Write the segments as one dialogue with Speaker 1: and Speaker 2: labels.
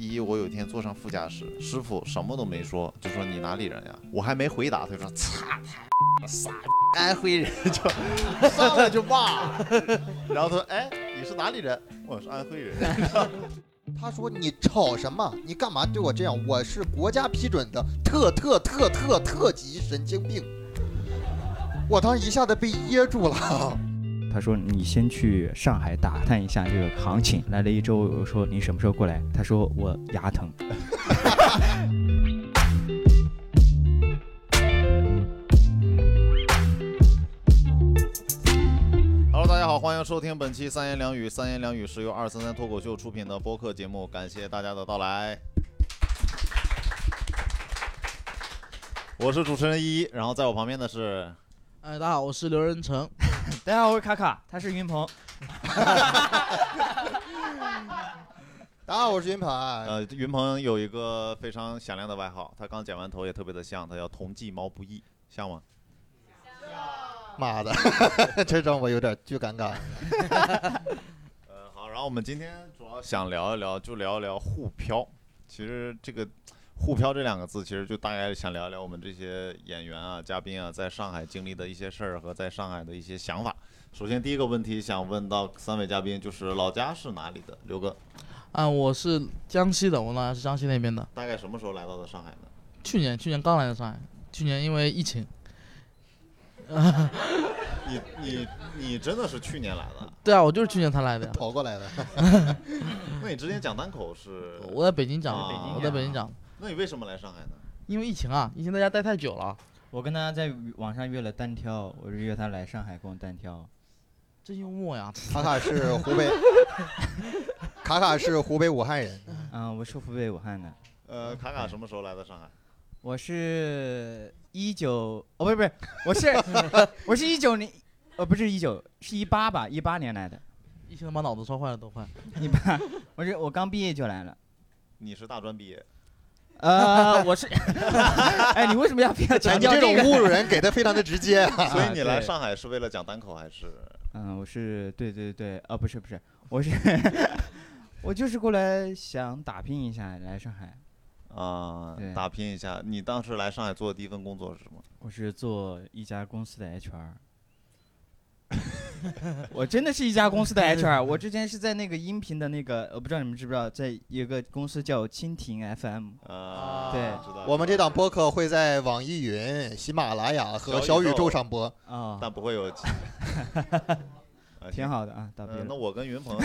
Speaker 1: 第一，我有一天坐上副驾驶，师傅什么都没说，就说你哪里人呀？我还没回答，他就说擦，他傻逼，安徽人就上来就骂。然后他说，哎，你是哪里人？我是安徽人。
Speaker 2: 他说你吵什么？你干嘛对我这样？我是国家批准的特特特特特级神经病。我当时一下子被噎住了。
Speaker 3: 他说你先去上海打探一下这个行情。来了一周，我说你什么时候过来？他说我牙疼。
Speaker 1: Hello，大家好，欢迎收听本期三言两语。三言两语是由二三三脱口秀出品的播客节目，感谢大家的到来。我是主持人依依，然后在我旁边的是
Speaker 4: 哎，大家好，我是刘仁成。
Speaker 3: 大家好，我是卡卡，他是云鹏。
Speaker 2: 大家好，啊我是云鹏。
Speaker 1: 呃，云鹏有一个非常响亮的外号，他刚剪完头也特别的像，他叫同济毛不易，像吗？
Speaker 2: 妈的，这让我有点巨尴尬。
Speaker 1: 呃，好，然后我们今天主要想聊一聊，就聊一聊沪漂。其实这个“沪漂”这两个字，其实就大概想聊一聊我们这些演员啊、嘉宾啊，在上海经历的一些事儿和在上海的一些想法。首先，第一个问题想问到三位嘉宾，就是老家是哪里的？刘哥，
Speaker 4: 啊，我是江西的，我老家是江西那边的。
Speaker 1: 大概什么时候来到的上海呢？
Speaker 4: 去年，去年刚来的上海，去年因为疫情，
Speaker 1: 你你你真的是去年来的？
Speaker 4: 对啊，我就是去年才来的呀。
Speaker 2: 跑过来的，
Speaker 1: 那你之前讲单口是？
Speaker 4: 我在北京讲
Speaker 1: 在北京
Speaker 4: 的，我在北京讲的，
Speaker 1: 那你为什么来上海呢？
Speaker 4: 因为疫情啊，疫情在家待太久了，
Speaker 3: 我跟他在网上约了单挑，我是约他来上海跟我单挑。
Speaker 4: 真幽默呀。
Speaker 2: 卡卡是湖北，卡卡是湖北武汉人。
Speaker 3: 嗯，我是湖北武汉的，
Speaker 1: 呃，卡卡什么时候来的上海？
Speaker 3: 我是一九哦，不是不是，我是 我是一九年，呃，不是一九，是一八吧，一八年来的，
Speaker 4: 疫情把脑子烧坏了都快。
Speaker 3: 一八，我是我刚毕业就来了。
Speaker 1: 你是大专毕业，
Speaker 3: 呃，我是， 哎，你为什 么要要强
Speaker 2: 你
Speaker 3: 调
Speaker 2: 这种
Speaker 3: 个？
Speaker 2: 侮辱人给的非常的直接啊。
Speaker 1: 所以你来
Speaker 3: 对
Speaker 1: 上海是为了讲单口还是？
Speaker 3: 嗯，我是对对对，啊，不是不是，我是 我就是过来想打拼一下来上海，
Speaker 1: 啊、
Speaker 3: 对
Speaker 1: 打拼一下。你当时来上海做的第一份工作是什么？
Speaker 3: 我是做一家公司的 HR。我真的是一家公司的 HR，我之前是在那个音频的那个，呃我不知道你们知不知道，在有个公司叫蜻蜓 FM，
Speaker 1: 啊，
Speaker 3: 对
Speaker 1: 知道。
Speaker 2: 我们这档播客会在网易云、喜马拉雅和
Speaker 1: 小
Speaker 2: 小
Speaker 1: 宇
Speaker 2: 宇
Speaker 1: 宙
Speaker 2: 宙上播。
Speaker 3: 啊、
Speaker 1: 但不会有 啊。
Speaker 3: 挺
Speaker 1: 行。
Speaker 3: 好的啊，打
Speaker 1: 嗯
Speaker 3: 别了。
Speaker 1: 那我跟 云鹏，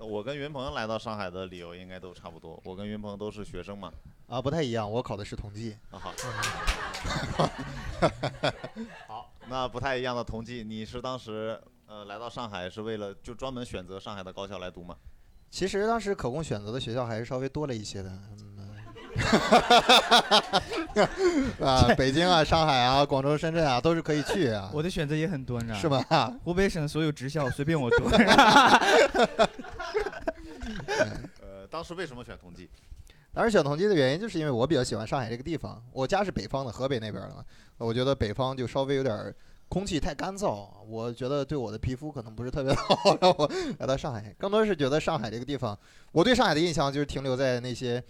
Speaker 1: 我跟云鹏来到上海的理由应该都差不多。我跟云鹏都是学生嘛。
Speaker 2: 啊，不太一样，我考的是统计。
Speaker 1: 啊 好。好，那不太一样的同济，你是当时呃来到上海是为了就专门选择上海的高校来读吗？
Speaker 2: 其实当时可供选择的学校还是稍微多了一些的，嗯，啊，北京啊、上海啊、广州、深圳啊，都是可以去啊，
Speaker 3: 我的选择也很多，你知道
Speaker 2: 是？吧？
Speaker 3: 湖北省所有职校随便我 读。
Speaker 1: 呃，当时为什么选同济？
Speaker 2: 当时选统计的原因，就是因为我比较喜欢上海这个地方，我家是北方的，河北那边的嘛，我觉得北方就稍微有点儿空气太干燥，我觉得对我的皮肤可能不是特别 好，让我来到上海，更多是觉得上海这个地方，我对上海的印象就是停留在那些。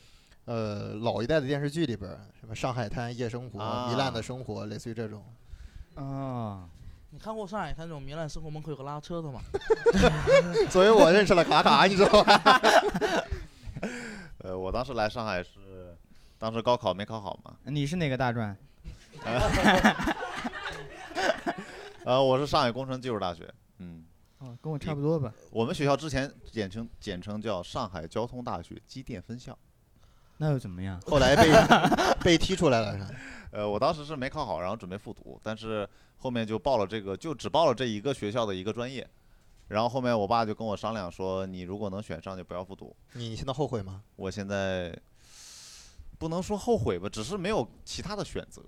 Speaker 2: 呃，老一代的电视剧里边儿，什么《上海滩》《夜生活》
Speaker 1: 啊
Speaker 2: 糜烂的生活》，类似于这种。
Speaker 3: 啊，
Speaker 4: 你看过上海滩那种糜烂生活门口有个拉车的吗？
Speaker 2: 所以我认识了卡卡，你知道吗？
Speaker 1: 呃，我当时来上海是当时高考没考好嘛，
Speaker 3: 你是哪个大专？
Speaker 1: 呃，我是上海工程技术大学，嗯，
Speaker 3: 哦，跟我差不多吧。
Speaker 1: 我们学校之前简称简称叫上海交通大学机电分校。
Speaker 3: 那又怎么样？
Speaker 2: 后来被 被踢出来了，是吧
Speaker 1: 呃，我当时是没考好，然后准备复读，但是后面就报了这个，就只报了这一个学校的一个专业。然后后面我爸就跟我商量说，你如果能选上就不要复读。
Speaker 2: 你现在后悔吗？
Speaker 1: 我现在不能说后悔吧，只是没有其他的选择。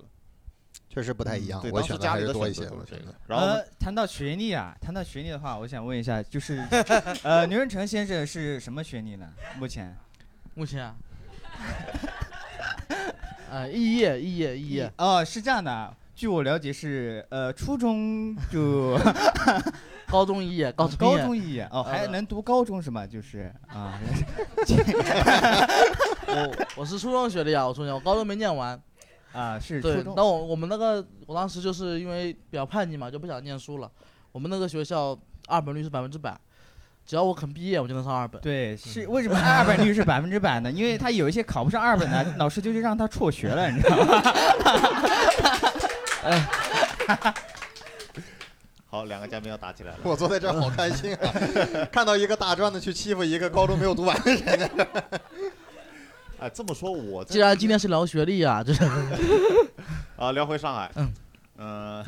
Speaker 2: 确实不太一样，
Speaker 1: 嗯对，
Speaker 2: 我
Speaker 1: 当时
Speaker 2: 选择
Speaker 1: 家
Speaker 2: 还
Speaker 1: 里
Speaker 2: 是
Speaker 1: 的
Speaker 2: 多一
Speaker 1: 啊选择
Speaker 2: 些，
Speaker 1: 就
Speaker 2: 我
Speaker 1: 是
Speaker 2: 觉
Speaker 1: 这
Speaker 2: 得
Speaker 1: 个。。然后我们
Speaker 3: 呃，谈到学历啊，谈到学历的话，我想问一下，就是 呃，牛润成先生是什么学历呢？目前
Speaker 4: 目前啊，哎，肄业，肄业，肄业。
Speaker 3: 哦，是这样的啊，据我了解是呃，初中就
Speaker 4: 高中一 野，高中一
Speaker 3: 高
Speaker 4: 野
Speaker 3: 中一眼哦，还
Speaker 4: 呃
Speaker 3: 能读高中是吗？就是啊，
Speaker 4: 我我是初中学的呀，我初中我高中没念完。
Speaker 3: 啊是初
Speaker 4: 对，
Speaker 3: 中
Speaker 4: 那我我们那个我当时就是因为比较叛逆嘛，就不想念书了。我们那个学校二本率是百分之百，只要我肯毕业，我就能上二本。
Speaker 3: 对，是为什么二本率是百分之百呢？因为他有一些考不上二本的，老师就是让他辍学了， 你知道吗？
Speaker 1: 好，两个嘉宾要打起来了。
Speaker 2: 我坐在这儿好开心啊！ 看到一个大专的去欺负一个高中没有读完的 人，
Speaker 1: 哎，这么说我
Speaker 4: 既
Speaker 1: 这
Speaker 4: 然今天是聊学历啊，就是
Speaker 1: 啊，聊回上海，
Speaker 4: 嗯
Speaker 1: 嗯，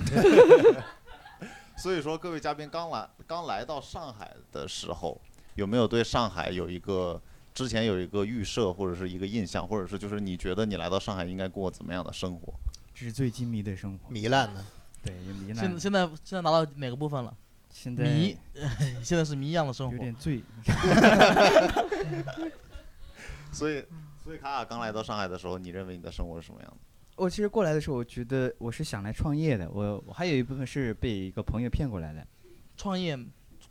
Speaker 1: 所以说各位嘉宾刚来刚来到上海的时候，有没有对上海有一个之前有一个预设或者是一个印象，或者是就是你觉得你来到上海应该过怎么样的生活？
Speaker 3: 纸醉金迷的生活，
Speaker 2: 糜烂呢？
Speaker 3: 对，有糜
Speaker 4: 现
Speaker 3: 烂，
Speaker 4: 现在现在拿到哪个部分了？
Speaker 3: 现在
Speaker 4: 迷，现在是迷一样的生
Speaker 3: 有
Speaker 4: 活。
Speaker 3: 点醉，
Speaker 1: 所以，
Speaker 4: 嗯
Speaker 1: 所以卡卡刚来到上海的时候，你认为你的生活是什么样的？
Speaker 3: 我其实过来的时候，我觉得我是想来创业的，我我还有一部分是被一个朋友骗过来的。
Speaker 4: 创业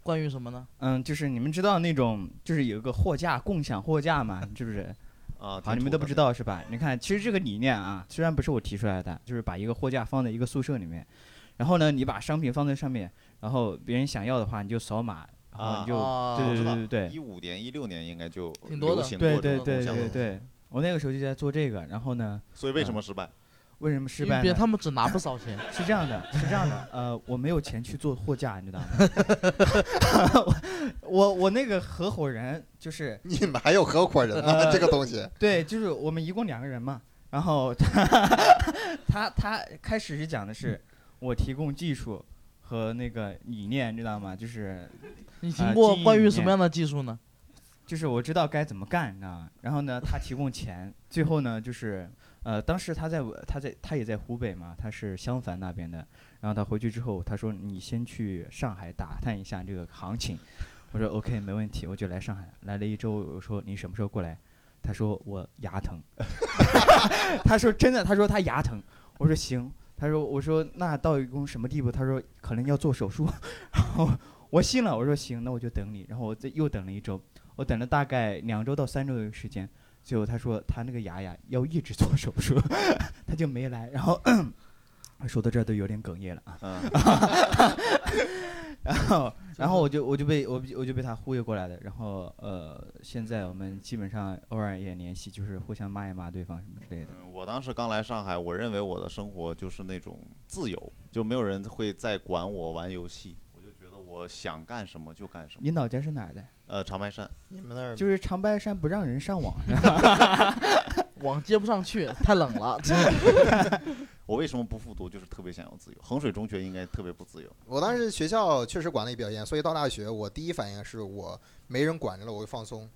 Speaker 4: 关于什么呢？
Speaker 3: 嗯，就是你们知道那种，就是有一个货架共享货架 嘛，是不是？
Speaker 1: 啊，
Speaker 3: 好，
Speaker 1: 挺
Speaker 3: 你们
Speaker 1: 土的
Speaker 3: 都不知道是吧？你看，其实这个理念啊，虽然不是我提出来的，就是把一个货架放在一个宿舍里面，然后呢，你把商品放在上面，然后别人想要的话，你就扫码，然后
Speaker 1: 啊
Speaker 3: 你就、
Speaker 4: 啊
Speaker 3: 对
Speaker 1: 我知
Speaker 3: 对
Speaker 1: 道
Speaker 3: 对对
Speaker 1: 一五年、一六年应该就
Speaker 4: 挺多
Speaker 1: 流
Speaker 4: 的
Speaker 1: 行过
Speaker 3: 对
Speaker 1: 这
Speaker 3: 对
Speaker 1: 种
Speaker 3: 对
Speaker 1: 项
Speaker 3: 对
Speaker 1: 目，
Speaker 3: 对，我那个时候就在做这个，然后呢，
Speaker 1: 所以为什么失败？
Speaker 3: 为什么失
Speaker 4: 因为
Speaker 3: 败
Speaker 4: 别
Speaker 3: 呢？
Speaker 4: 他们只拿不少 钱，
Speaker 3: 是这样的，是这样的，呃，我没有钱去做货架，你知道吗？我 我我那个合伙人就是
Speaker 2: 你们还有合伙人呢？
Speaker 3: 呃
Speaker 2: 这个东西，
Speaker 3: 对，就是我们一共两个人嘛，然后他他开始是讲的是我提供技术和那个理念，你知道吗？就是
Speaker 4: 你听过
Speaker 3: 啊经
Speaker 4: 关于
Speaker 3: 营
Speaker 4: 什么样的技术呢？
Speaker 3: 就是我知道该怎么干，你知道吗？然后呢，他提供钱，最后呢，就是呃，当时他在我他在他也在湖北嘛，他是襄樊那边的。然后他回去之后，他说你先去上海打探一下这个行情。我说 OK，没问题，我就来上海，来了一周。我说你什么时候过来？他说我牙疼。 他说真的，他说他牙疼。我说行。他说我说那到一共什么地步？他说可能要做手术。 然后我信了，我说行，那我就等你。然后我再又等了一周，我等了大概两周到三周的时间，最后他说他那个牙呀要一直做手术， 他就没来。然后 说到这儿都有点哽咽了啊。
Speaker 1: 嗯，
Speaker 3: 嗯 然 后然后我就我就被我我就被他忽悠过来的。然后呃，现在我们基本上偶尔也联系，就是互相骂一骂对方什么之类的。
Speaker 1: 嗯我当时刚来上海，我认为我的生活就是那种自由，就没有人会再管我玩游戏，我就觉得我想干什么就干什么。
Speaker 3: 你老家是哪儿的？
Speaker 1: 呃，长白山，
Speaker 2: 你们那儿
Speaker 3: 就是长白山不让人上 网。
Speaker 4: 网接不上去，太冷 了。
Speaker 1: 我为什么不复读？就是特别想要自由。衡水中学应该特别不自由。
Speaker 2: 我当时学校确实管的也比较严，所以到大学我第一反应是我没人管着了，我就放松，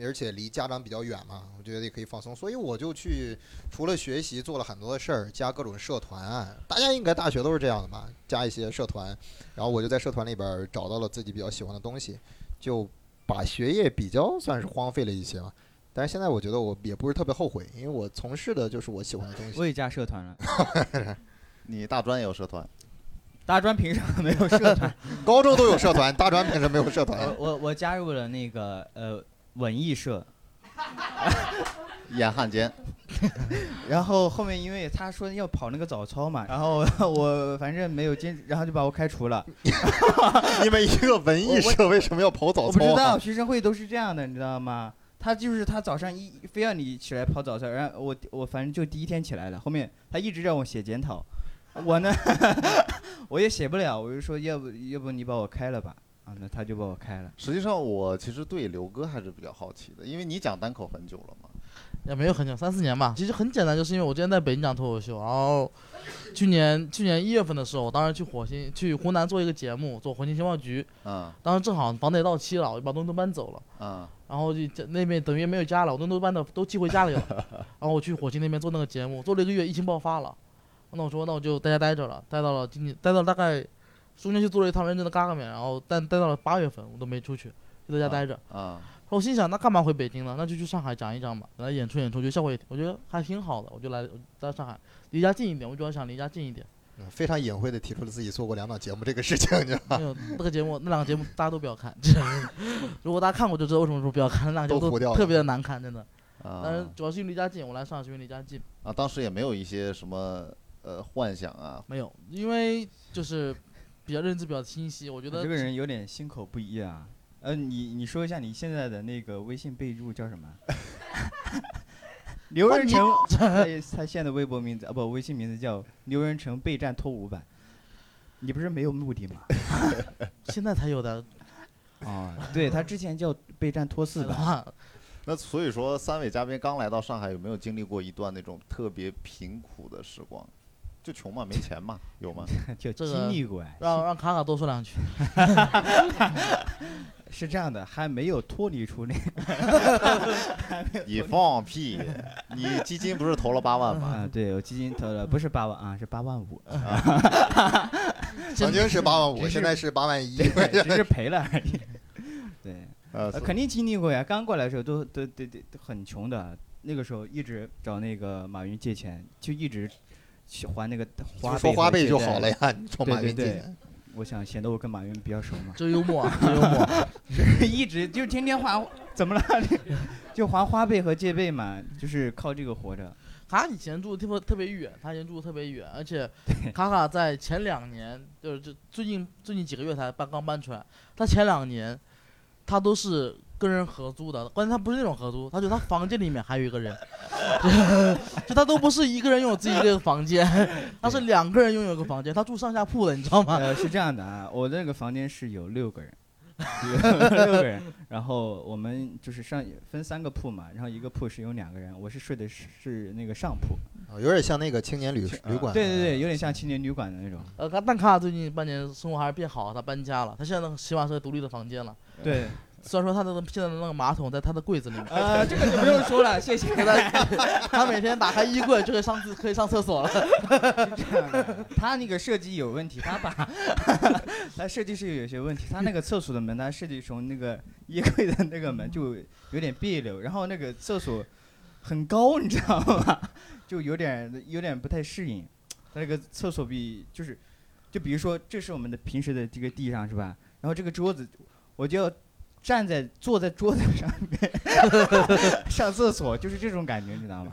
Speaker 2: 而且离家长比较远嘛，我觉得也可以放松，所以我就去除了学习做了很多的事儿，加各种社团，大家应该大学都是这样的吧，加一些社团，然后我就在社团里边儿找到了自己比较喜欢的东西，就把学业比较算是荒废了一些嘛。但是现在我觉得我也不是特别后悔，因为我从事的就是我喜欢的东西。
Speaker 3: 我也加社团了，
Speaker 1: 你大专也有社团，
Speaker 3: 大专凭什么没有社团？
Speaker 2: 高中都有社团，大专凭什么没有社团
Speaker 3: 我？我我加入了那个呃文艺社，
Speaker 1: 眼汉奸。
Speaker 3: 然后后面因为他说要跑那个早操嘛，然后 我反正没有坚持，然后就把我开除了。
Speaker 2: 你们一个文艺社为什么要跑 早
Speaker 3: 我
Speaker 2: 操、
Speaker 3: 不知
Speaker 2: 啊
Speaker 3: 道？学生会都是这样的，你知道吗？他就是他早上一非要你起来跑早操，然后我我反正就第一天起来了，后面他一直让我写检讨，我呢 我也写不了，我就说要不要不你把我开了吧，啊那他就把我开了。
Speaker 1: 实际上，我其实对刘哥还是比较好奇的，因为你讲单口很久了嘛。
Speaker 4: 也没有很久，三四年吧。其实很简单，就是因为我之前在北京讲脱口秀，然后去年去年一月份的时候，我当时去火星去湖南做一个节目，做火星情报局，
Speaker 1: 嗯
Speaker 4: 当时正好房子也到期了，我就把东西都搬走了，
Speaker 1: 嗯，
Speaker 4: 然后就家那边等于没有家了，我东西都搬到都寄回家里了，然后我去火星那边做那个节目，做了一个月，疫情爆发了，那我说那我就在家待着了，待到了今年，待到大概中间去做了一趟认真的嘎嘎面，然后但待到了八月份，我都没出去，就在家
Speaker 1: 啊
Speaker 4: 待着。
Speaker 1: 啊、
Speaker 4: 然后我心想，那干嘛回北京呢？那就去上海讲一讲吧，来演出演出，觉得效果也挺，我觉得还挺好的，我就来在上海，离家近一点，我主要想离家近一点。
Speaker 2: 嗯非常隐晦的提出了自己做过两档节目这个事情，你知道吗
Speaker 4: 没有那个节目，那两个节目大家都不要看。 真的如果大家看过就知道为什么说不要看，那两个节
Speaker 2: 都
Speaker 4: 目
Speaker 2: 糊掉
Speaker 4: 都
Speaker 2: 了
Speaker 4: 特别的难看，真的。
Speaker 1: 啊
Speaker 4: 但是主要是因为离家近，我来上海是因为离家近，
Speaker 1: 啊，当时也没有一些什么呃幻想啊，
Speaker 4: 没有，因为就是比较认知比较清晰，我觉
Speaker 3: 你
Speaker 4: 得
Speaker 3: 这个人有点心口不一啊。呃，你你说一下你现在的那个微信备注叫什么？ 刘仁成，他 他现在的微博名字啊不，微信名字叫刘仁成备战脱五版。你不是没有目的吗？
Speaker 4: 现在才有的。哦
Speaker 3: 啊、 对他之前叫备战脱四
Speaker 4: 的
Speaker 3: 版，
Speaker 4: 话，
Speaker 1: 那所以说，三位嘉宾刚来到上海，有没有经历过一段那种特别贫苦的时光？就穷嘛，没钱嘛，有吗？
Speaker 3: 叫
Speaker 4: 哎这个
Speaker 3: 经历过呀。
Speaker 4: 让让卡卡多说两句。，
Speaker 3: 是这样的，还没有脱离出那个
Speaker 1: 你放屁！你基金不是投了八万吗？
Speaker 3: 啊，对我基金投了不是八万啊，是八万五，
Speaker 2: 曾经是八万
Speaker 3: 真
Speaker 2: 五，
Speaker 3: 是
Speaker 2: 现在是八万一。
Speaker 3: 对，只是赔了而已。 对，
Speaker 1: 呃
Speaker 3: 呃，，肯定经历过呀。刚过来的时候都都都都都很穷的，那个时候一直找那个马云借钱，就一直去还那个花呗。
Speaker 2: 说花呗就好了。呀，你冲马
Speaker 3: 对
Speaker 2: 云
Speaker 3: 对对
Speaker 2: 进来，
Speaker 3: 我想显得我跟马云比较熟 嘛
Speaker 4: 真幽默 啊，真幽默。
Speaker 3: 一直就天天还，怎么了？ 就还花呗和借呗嘛，就是靠这个活
Speaker 2: 啊
Speaker 3: 着。
Speaker 4: 卡卡以前住的特别特别远，他以前住的特别远，而且卡卡在前两年，就是这最近最近几个月才搬刚搬出来。他前两年，他都是跟人合租的，关键他不是那种合租，他就他房间里面还有一个人，就他都不是一个人拥有自己一个房间，他是两个人拥有一个房间，他住上下铺的，你知道吗？
Speaker 3: 呃，是这样的啊，我那个房间是有六个人，有六个人，然后我们就是上分三个铺嘛，然后一个铺是有两个人，我是睡的是是那个上铺，
Speaker 2: 啊有点像那个青年旅
Speaker 1: 啊
Speaker 2: 旅馆。
Speaker 3: 对对对，有点像青年旅馆的那
Speaker 2: 啊
Speaker 3: 种。
Speaker 4: 呃，但卡卡最近半年生活还是变好，他搬家了，他现在起码是个独立的房间了。
Speaker 3: 对，
Speaker 4: 虽然说他的现在的那个马桶在他的柜子里面，
Speaker 3: 呃，这个就不用说了，谢谢。
Speaker 4: 他每天打开衣柜就可以上厕可以上厕所了。
Speaker 3: 他那个设计有问题，他把 他设计是有些问题，他那个厕所的门，他设计从那个衣柜的那个门就有点别扭，然后那个厕所很高，你知道吗？ 就有点有点不太适应。他那个厕所比就是，就比如说这是我们的平时的这个地上是吧？然后这个桌子，我就要站在坐在桌子上面 上厕所，就是这种感觉，你知道吗？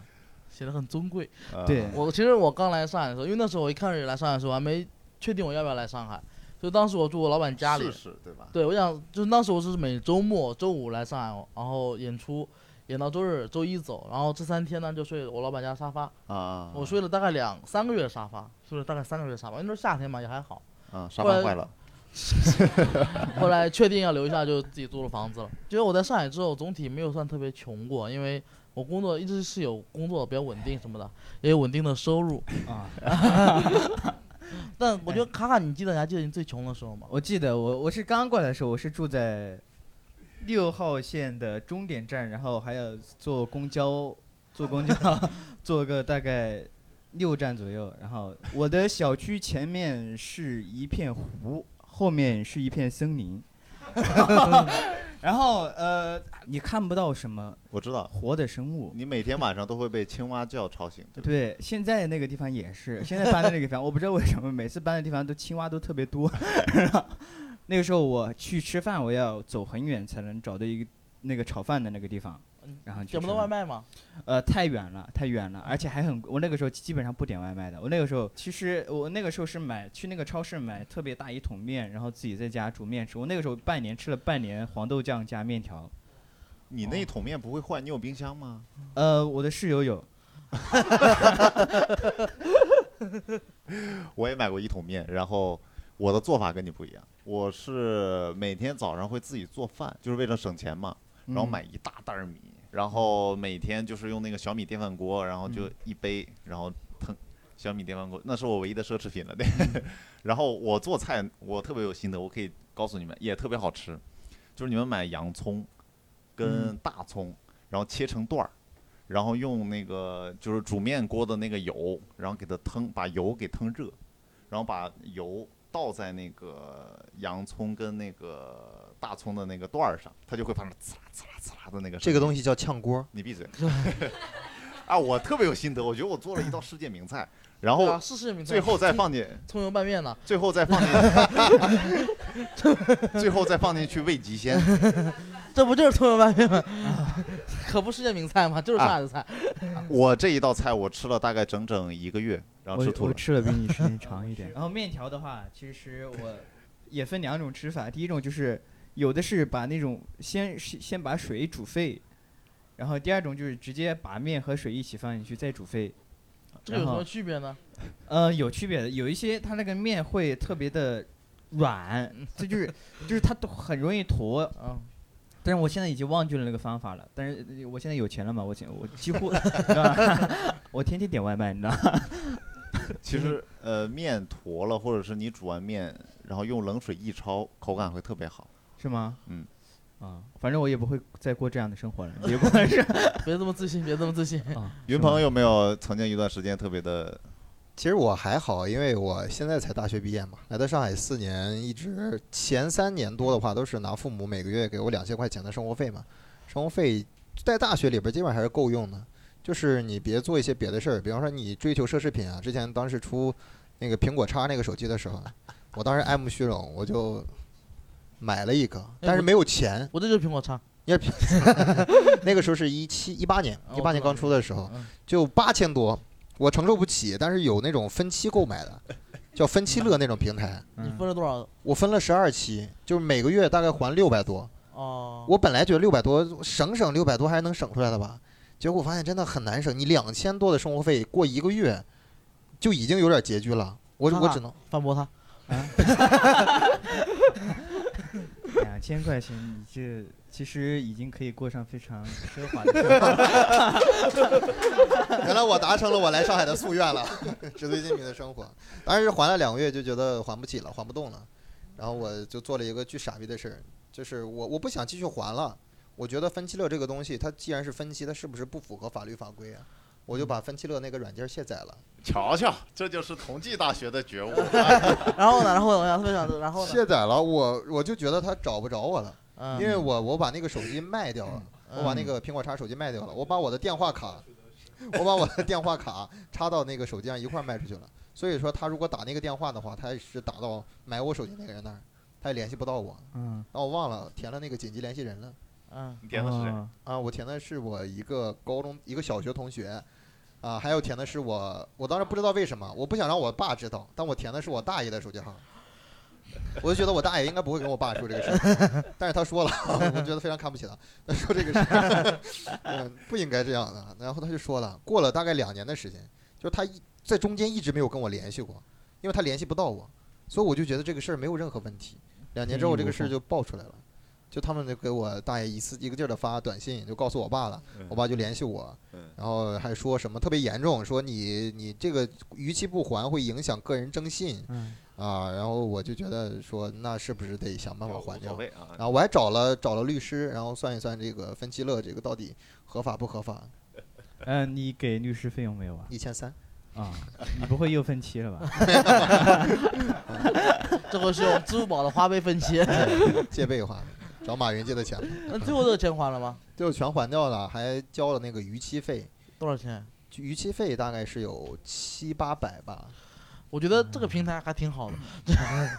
Speaker 4: 显得很尊贵。
Speaker 1: 呃
Speaker 3: 对
Speaker 4: 我其实我刚来上海的时候，因为那时候我一开始来上海的时候，我还没确定我要不要来上海，所以当时我住我老板家里
Speaker 1: 试。试对吧？
Speaker 4: 对，我想就是当时我是每周末周五来上海，然后演出，演到周日、周一走，然后这三天呢就睡我老板家沙发。
Speaker 1: 啊，
Speaker 4: 我睡了大概两三个月沙发，睡了大概三个月沙发，因为那时候夏天嘛也还好。
Speaker 1: 啊，沙
Speaker 4: 后
Speaker 1: 发
Speaker 4: 来
Speaker 1: 坏了，
Speaker 4: 后来确定要留下，就自己租了房子了。其实我在上海之后，总体没有算特别穷过，因为我工作一直是有工作比较稳定什么的，也有稳定的收入。
Speaker 3: 啊。
Speaker 4: 但我觉得卡卡，你记得你还记得你最穷的时候吗？
Speaker 3: 我记得我我是刚过来的时候，我是住在六号线的终点站，然后还要坐公交，坐公交 坐个大概六站左右。然后我的小区前面是一片湖，后面是一片森林。 然后呃，你看不到什么
Speaker 1: 我知道。
Speaker 3: 活的生物。
Speaker 1: 你每天晚上都会被青蛙叫吵醒，对吧？
Speaker 3: 对，现在那个地方也是，现在搬的那个地方，我不知道为什么每次搬的地方都青蛙都特别多。然后那个时候我去吃饭，我要走很远才能找到一个那个炒饭的那个地方，然后去
Speaker 4: 点不
Speaker 3: 吃
Speaker 4: 到外
Speaker 3: 饭
Speaker 4: 卖吗？
Speaker 3: 呃，太远了，太远了，而且还很，我那个时候基本上不点外卖的。我那个时候其实我那个时候是买去那个超市买特别大一桶面，然后自己在家煮面吃。我那个时候半年吃了半年黄豆酱加面条。
Speaker 1: 你那一桶面不会坏，你有冰箱吗？
Speaker 3: 呃，我的室友有，
Speaker 1: 我也买过一桶面，然后我的做法跟你不一样，我是每天早上会自己做饭，就是为了省钱嘛，然后
Speaker 3: 嗯
Speaker 1: 买一大袋儿米，然后每天就是用那个小米电饭锅，然后就一杯，然后腾小米电饭锅，那是我唯一的奢侈品了。对， 然后我做菜我特别有心得，我可以告诉你们，也特别好吃，就是你们买洋葱跟
Speaker 3: 嗯
Speaker 1: 大葱，然后切成段儿。然后用那个就是煮面锅的那个油，然后给它腾，把油给腾热，然后把油倒在那个洋葱跟那个大葱的那个段儿上，它就会发生呲啦呲啦呲啦的那个。
Speaker 2: 这个东
Speaker 1: 西，
Speaker 2: 西叫炝锅，
Speaker 1: 你闭嘴！啊，我特别有心得，我觉得我做了一道世界名菜，然
Speaker 4: 对
Speaker 1: 后
Speaker 4: 啊，试试也没错
Speaker 1: 最后再放进，
Speaker 4: 葱油拌面呢，
Speaker 1: 最后再放进，最后再放进去味极鲜。
Speaker 4: 这不就是葱油拌面吗？ 嗯可不世界名菜吗？就是上海的菜。
Speaker 1: 我这一道菜我吃了大概整整一个月，然后啊吃
Speaker 3: 我
Speaker 1: 吐
Speaker 3: 我
Speaker 1: 了。
Speaker 3: 吃了比你 时间长一点。然后面条的话，其实我也分两种吃法，第一种就是有的是把那种先是先把水煮沸，然后第二种就是直接把面和水一起放进去再煮沸。
Speaker 4: 这个
Speaker 3: 然
Speaker 4: 有什
Speaker 3: 后
Speaker 4: 么区别呢？
Speaker 3: 呃，有区别的，有一些它那个面会特别的软，这就是就是它都很容易坨。
Speaker 4: 啊，
Speaker 3: 但是我现在已经忘记了那个方法了。但是呃我现在有钱了嘛，我现我几乎 你知道吧 我天天点外卖，你知道吗。
Speaker 1: 其实呃，面坨了，或者是你煮完面，然后用冷水一焯，口感会特别好。
Speaker 3: 是吗？
Speaker 1: 嗯，
Speaker 3: 啊，反正我也不会再过这样的生 活了。也不管是
Speaker 4: 别这么自信，别这么自信。
Speaker 3: 啊，
Speaker 1: 啊云鹏有没有曾经一段时间特别的
Speaker 2: 其实我还好，因为我现在才大学毕业嘛，来到上海四年，一直前三年多的话都是拿父母每个月给我两千块钱的生活费嘛，生活费在大学里边基本上还是够用的。就是你别做一些别的事儿，比方说你追求奢侈品啊。之前当时出那个苹果叉那个手机的时候，我当时爱慕虚荣，我就买了一个，但是没有钱。
Speaker 4: 我这就是苹果叉，
Speaker 2: 因为那个时候是一七一八年，一八年刚出的时候，
Speaker 4: 嗯
Speaker 2: 就八千多，我承受不起。但是有那种分期购买的，叫分期乐那种平台，
Speaker 4: 你
Speaker 3: 嗯
Speaker 4: 分了多少？
Speaker 2: 我分了十二期，就是每个月大概还六百多。
Speaker 4: 哦，
Speaker 2: 我本来觉得六百多省省六百多还是能省出来的吧，结果我发现真的很难省。你两千多的生活费过一个月，就已经有点拮据了。我
Speaker 4: 看
Speaker 2: 我
Speaker 4: 看
Speaker 2: 只能
Speaker 4: 反驳他，
Speaker 3: 两哎千块钱，你这其实已经可以过上非常奢华的 生活。
Speaker 2: 原来我达成了我来上海的夙愿了，纸醉金迷的生活。当时还了两个月就觉得还不起了，还不动了，然后我就做了一个巨傻逼的事儿，就是我我不想继续还了。我觉得分期乐这个东西，它既然是分期，它是不是不符合法律法规啊？我就把分期乐那个软件卸载了。
Speaker 1: 瞧瞧，这就是同济大学的觉 悟。
Speaker 4: 然后呢？然后呢？然后呢？然后呢？
Speaker 2: 卸载了，我我就觉得它找不着我了，
Speaker 4: 嗯
Speaker 2: 因为我我把那个手机卖掉了，我把那个苹果叉手机卖掉了，我把我的电话卡，我把我的电话卡插到那个手机上一块儿卖出去了。所以说，他如果打那个电话的话，他也是打到买我手机那个人那儿，他也联系不到我。
Speaker 3: 嗯，
Speaker 2: 然后我忘了填了那个紧急联系人了
Speaker 4: 嗯，
Speaker 1: 你点的是谁？
Speaker 3: 哦
Speaker 2: 啊，我填的是我一个高中一个小学同学，啊，还有填的是我，我当时不知道为什么，我不想让我爸知道，但我填的是我大爷的手机号。我就觉得我大爷应该不会跟我爸说这个事儿， 但是他说了，我觉得非常看不起他。他说这个事儿， 嗯，不应该这样的。然后他就说了，过了大概两年的时间，就是他一在中间一直没有跟我联系过，因为他联系不到我，所以我就觉得这个事儿没有任何问题。两年之后，这个事儿就爆出来了，就他们就给我大爷一次一个劲儿的发短信，就告诉我爸了，我爸就联系我
Speaker 1: 嗯，
Speaker 2: 然后还说什么特别严重，说你你这个逾期不还会影响个人征信。
Speaker 3: 嗯，
Speaker 2: 啊，然后我就觉得说，那是不是得想办法还
Speaker 1: 无所
Speaker 2: 掉？
Speaker 1: 谓啊
Speaker 2: 然，后我还找了找了律师，然后算一算这个分期乐这个到底合法不合法？
Speaker 3: 呃，你给律师费用没有啊？
Speaker 2: 一千 三，
Speaker 3: 啊，你不会又分期了吧？
Speaker 4: 这回是用支付宝的花呗分期，
Speaker 2: 借呗还，找马云借的钱，
Speaker 4: 那最后这个钱还了吗？
Speaker 2: 最后全还掉了，还交了那个逾期费，
Speaker 4: 多少钱？
Speaker 2: 逾期费大概是有七八百吧。
Speaker 4: 我觉得这个平台还挺好的。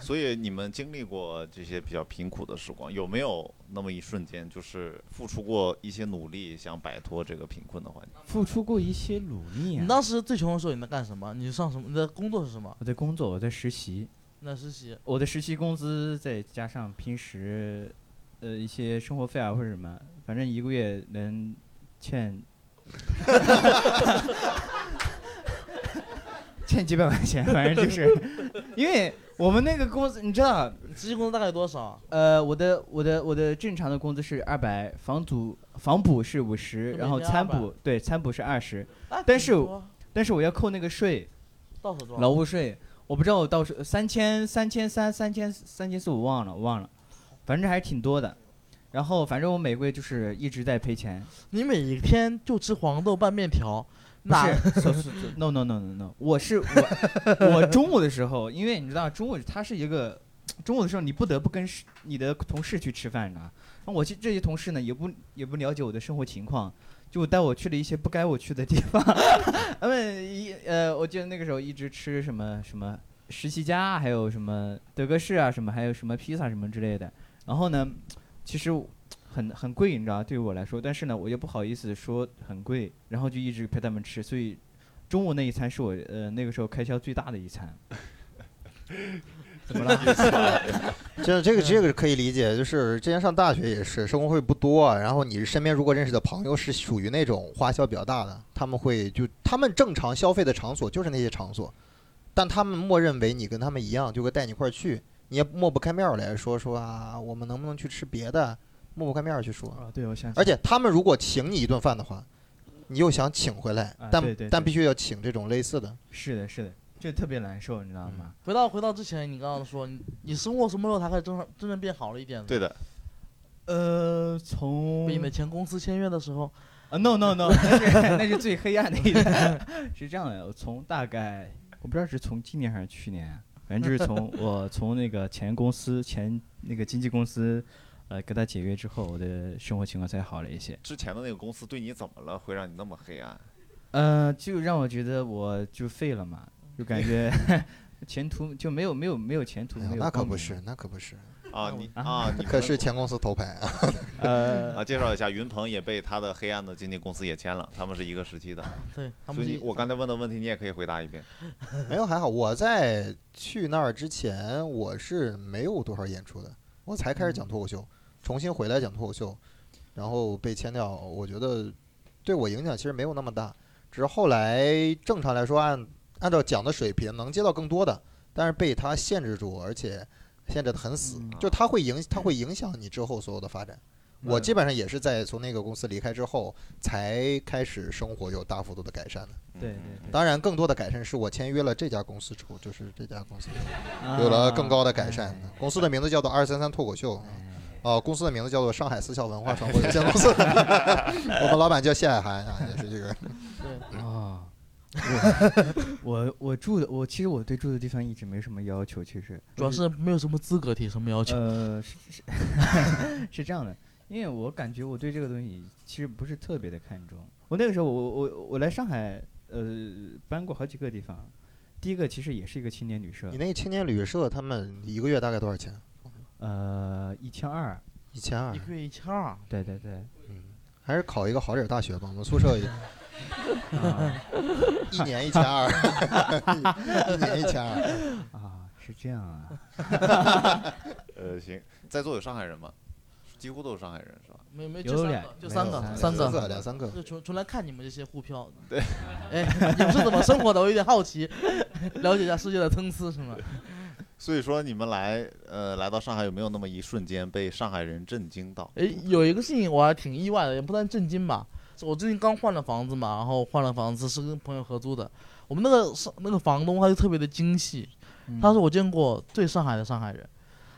Speaker 1: 所以你们经历过这些比较贫苦的时光，有没有那么一瞬间，就是付出过一些努力，想摆脱这个贫困的环境？
Speaker 3: 付出过一些努力、啊。
Speaker 4: 你当时最穷的时候你在干什么？你上什么？你的工作是什么？
Speaker 3: 我在工作，我在实习。
Speaker 4: 那实习。
Speaker 3: 我的实习工资再加上平时，呃，一些生活费啊或者什么，反正一个月能欠欠几百块钱，反正就是因为我们那个工资，你知道，
Speaker 4: 你实习工资大概有多少啊？
Speaker 3: 呃，我的我的我的正常的工资是二百，房租房补是五十，
Speaker 4: 就
Speaker 3: 然后
Speaker 4: 每天
Speaker 3: 餐
Speaker 4: 200
Speaker 3: 补对餐补是二十，
Speaker 4: 那
Speaker 3: 但
Speaker 4: 挺
Speaker 3: 是
Speaker 4: 多
Speaker 3: 但是我要扣那个税，
Speaker 4: 到手多
Speaker 3: 劳
Speaker 4: 少？
Speaker 3: 务税，我不知道我到时三千、三千三、三千、三千四，我忘了，我忘了，反正还是挺多的。然后反正我每个月就是一直在赔钱，
Speaker 4: 你每天就吃黄豆拌面条，
Speaker 3: 不
Speaker 4: 哪
Speaker 3: 是 so- so- so-，no no no no no，我是我我中午的时候，因为你知道中午它是一个中午的时候你不得不跟是啊你的同事去吃饭呢，那我这这些同事呢也不也不了解我的生活情况，就就带我去了一些不该我去的地方。 他们一呃，我记得那个时候一直吃什么什么十七家，还有什么德克士啊，什么还有什么披萨什么之类的。然后呢，其实很很贵，你知道，对于我来说，但是呢，我又不好意思说很贵，然后就一直陪他们吃，所以中午那一餐是我呃那个时候开销最大的一餐。怎么了？
Speaker 2: 真
Speaker 3: 嗯
Speaker 2: 的，这个这个是可以理解。就是之前上大学也是，生活会不多，啊然后你身边如果认识的朋友是属于那种花销比较大的，他们会就他们正常消费的场所就是那些场所，但他们默认为你跟他们一样，就会带你一块儿去，你也抹不开面儿来说说啊，我们能不能去吃别的，抹不开面儿去说。
Speaker 3: 啊，对，我想起
Speaker 2: 而且他们如果请你一顿饭的话，你又想请回来，
Speaker 3: 啊
Speaker 2: 但
Speaker 3: 对对
Speaker 2: 但
Speaker 3: 对
Speaker 2: 必须要请这种类似的。
Speaker 3: 是的，是的，就特别难受，你知道吗？
Speaker 4: 回到回到之前，你刚刚说你你生活什么时候才开始真真正变好了一点呢？
Speaker 1: 对的，
Speaker 3: 呃，从
Speaker 4: 被你的前公司签约的时候，
Speaker 3: 啊，no no no，那是 那是最黑暗的一天。 是这样的，我从大概我不知道是从今年还是去年啊，反正就是从我从那个前公司前那个经纪公司，呃，跟他解约之后，我的生活情况才好了一些。
Speaker 1: 之前的那个公司对你怎么了，会让你那么黑暗？
Speaker 3: 呃，就让我觉得我就废了嘛，就感觉 前途就没有没有没有前途，
Speaker 2: 哎呦
Speaker 3: 没有
Speaker 2: 那可
Speaker 3: 光
Speaker 2: 不
Speaker 3: 明
Speaker 2: 是，那可不是，
Speaker 1: 啊，
Speaker 4: 那我
Speaker 1: 你
Speaker 3: 啊
Speaker 1: 啊，你
Speaker 2: 可
Speaker 1: 们
Speaker 2: 是前公司头牌啊。
Speaker 3: 呃，
Speaker 1: 啊，介绍一下，云鹏也被他的黑暗的经纪公司也签了，他们是一个时期的。
Speaker 4: 对他
Speaker 1: 所
Speaker 4: 们
Speaker 1: 以
Speaker 4: 是
Speaker 1: 你我刚才问的问题，你也可以回答一遍。
Speaker 2: 没有还好，我在去那儿之前，我是没有多少演出的，我才开始
Speaker 3: 嗯
Speaker 2: 讲脱口秀，重新回来讲脱口秀，然后被签掉，我觉得对我影响其实没有那么大，只是后来正常来说按按照讲的水平能接到更多的，但是被他限制住，而且限制的很死，
Speaker 3: 嗯
Speaker 2: 就他会影他会影响你之后所有的发展。我
Speaker 3: 嗯
Speaker 2: 基本上也是在从那个公司离开之后，才开始生活有大幅度的改善的。
Speaker 3: 对
Speaker 1: 嗯
Speaker 3: 对
Speaker 2: 当然，更多的改善是我签约了这家公司之后，就是这家公司
Speaker 3: 对，
Speaker 2: 有了
Speaker 3: 啊
Speaker 2: 更高的改善。公司的名字叫做二三三脱口秀，
Speaker 3: 哎
Speaker 2: 哦、公司的名字叫做上海四校文化传播有限公 司。我们老板叫谢海涵啊，也是这个。
Speaker 4: 对
Speaker 3: 啊， 我我我住的我其实我对住的地方一直没什么要求，其实
Speaker 4: 主要是没有什么资格提什么要求。
Speaker 3: 呃是是是 这样的，因为我感觉我对这个东西其实不是特别的看重。我那个时候我我我来上海呃搬过好几个地方，第一个其实也是一个青年旅社
Speaker 2: 你，那个青年旅社他们一个月大概多少钱？
Speaker 3: 呃一千二，
Speaker 2: 一千二嗯
Speaker 4: 一。个月一千二，
Speaker 3: 对 对对，
Speaker 2: 还是考一个好点儿大学吧。我们宿 舍
Speaker 3: 啊
Speaker 2: 一年一千二，一年一千二。
Speaker 3: 啊是这样啊，
Speaker 1: 呃，行，在座有上海人吗？几乎都是上海人是吧？
Speaker 4: 没有没有
Speaker 3: 有
Speaker 4: 就三
Speaker 3: 俩
Speaker 4: 个，就
Speaker 3: 没
Speaker 4: 三
Speaker 3: 有
Speaker 4: 个，
Speaker 3: 三
Speaker 4: 三
Speaker 3: 个
Speaker 4: 个
Speaker 2: 三。个两三个。
Speaker 4: 就纯纯来看你们这些沪漂。
Speaker 1: 对，
Speaker 4: 哎，你们是怎么生活的？我有点好奇， 了解一下世界的参差是吗？
Speaker 1: 所以说你们来呃来到上海有没有那么一瞬间被上海人震惊到？
Speaker 4: 哎，有一个事情我还挺意外的，也不算震惊吧。是我最近刚换了房子嘛，然后换了房子是跟朋友合租的。我们那个上那个房东他就特别的精细，
Speaker 3: 嗯
Speaker 4: 他是我见过最上海的上海人。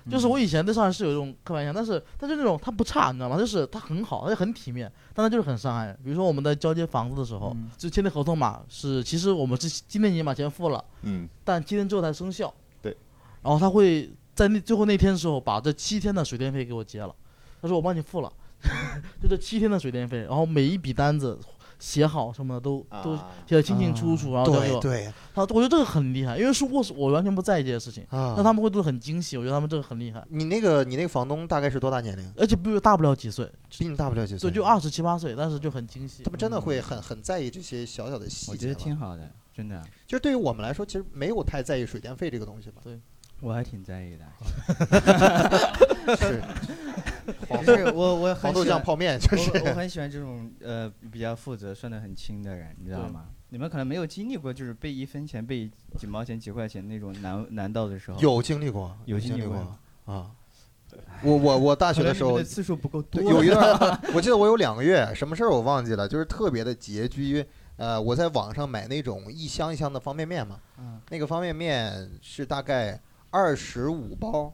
Speaker 4: 就是我以前对上海是有一种刻板印象，但是他就那种他不差，你知道吗？就是他很好，他就很体面，但他就是很上海人。比如说我们在交接房子的时候，
Speaker 3: 嗯
Speaker 4: 就签的合同嘛，是其实我们是今天已经把钱付了，
Speaker 1: 嗯，
Speaker 4: 但七天之后才生效。
Speaker 1: 对，
Speaker 4: 然后他会在那最后那天的时候把这七天的水电费给我结了，他说我帮你付了， 就这七天的水电费，然后每一笔单子写好什么的都、都
Speaker 1: 啊
Speaker 4: 写的清清楚楚，然后啊交给
Speaker 2: 啊对
Speaker 4: 我。
Speaker 2: 对
Speaker 4: 他我觉得这个很厉害，因为是我是我完全不在意这些事情，
Speaker 2: 啊
Speaker 4: 那。他们会做的很精细，我觉得他们这个很厉害，
Speaker 2: 你那个你那个房东大概是多大年龄？
Speaker 4: 而且不大不了几岁，
Speaker 2: 比你大不了几岁。
Speaker 4: 对，就二十七八岁，但是就很精细
Speaker 2: 他。们真的会很很在意这些小小的细节吧。
Speaker 3: 我觉得挺好的，真的，
Speaker 2: 就是对于我们来说，其实没有太在意水电费这个东 西吧。
Speaker 3: 我还挺在意的。
Speaker 2: 是黄
Speaker 3: 是我我很
Speaker 2: 黄豆
Speaker 3: 喜
Speaker 2: 酱
Speaker 3: 欢
Speaker 2: 泡面，就是
Speaker 3: 我我很喜欢这种呃比较负责、算得很清的人，你知道
Speaker 4: 对
Speaker 3: 吗？你们可能没有经历过，就是被一分钱、被几毛钱、几块钱那种难难到的时候。
Speaker 2: 有经历过，
Speaker 3: 有经历
Speaker 2: 历
Speaker 3: 过
Speaker 2: 啊。我我我大
Speaker 3: 大
Speaker 2: 学的时候
Speaker 3: 的，次数不够多。啊
Speaker 2: 对有一 段，我记得我有两个月，什么事儿我忘记了，就是特别的拮据。呃，我在网上买那种一箱一箱的方便面嘛，
Speaker 3: 嗯
Speaker 2: 那个方便面是大概二十五包，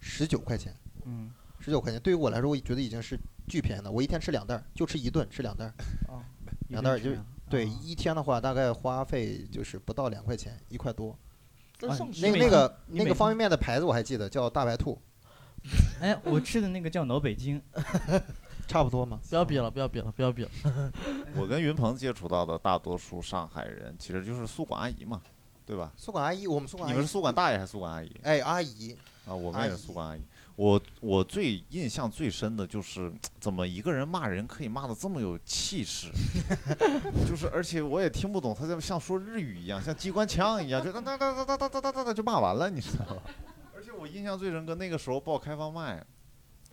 Speaker 2: 十九块钱，
Speaker 3: 嗯
Speaker 2: 十九块钱。对于我来说，我觉得已经是巨便宜的。我一天吃两袋儿，就吃一顿，吃两袋儿。
Speaker 3: 哦，
Speaker 2: 两袋儿就
Speaker 3: 一顿
Speaker 2: 对，
Speaker 3: 吃啊
Speaker 2: 一天的话大概花费就是不到两块钱，一块多。啊
Speaker 4: 但上学
Speaker 2: 那
Speaker 3: 每
Speaker 2: 那个
Speaker 3: 你
Speaker 2: 那
Speaker 3: 每
Speaker 2: 个方
Speaker 3: 天
Speaker 2: 便面的牌子我还记得，叫大白兔，
Speaker 3: 哎，我吃的那个叫老北京，
Speaker 2: 差不多吗？
Speaker 4: 不要比了，不要比了，不要比了。
Speaker 1: 我跟云鹏接触到的大多数上海人，其实就是宿管阿姨嘛，对吧？
Speaker 2: 宿管阿姨，我们宿管
Speaker 1: 你
Speaker 2: 阿
Speaker 1: 们是
Speaker 2: 姨，
Speaker 1: 宿管大爷还是宿管阿姨
Speaker 2: 哎，阿姨，
Speaker 1: 啊？我们
Speaker 2: 阿
Speaker 1: 也是
Speaker 2: 姨
Speaker 1: 宿管阿姨。我我最印象最深的就是怎么一个人骂人可以骂的这么有气势， 就是而且我也听不懂他在像说日语一样，像机关枪一样，就哒哒哒哒哒哒哒哒哒就骂完了，你知道吗？ 而且我印象最深刻，那个时候报开放麦，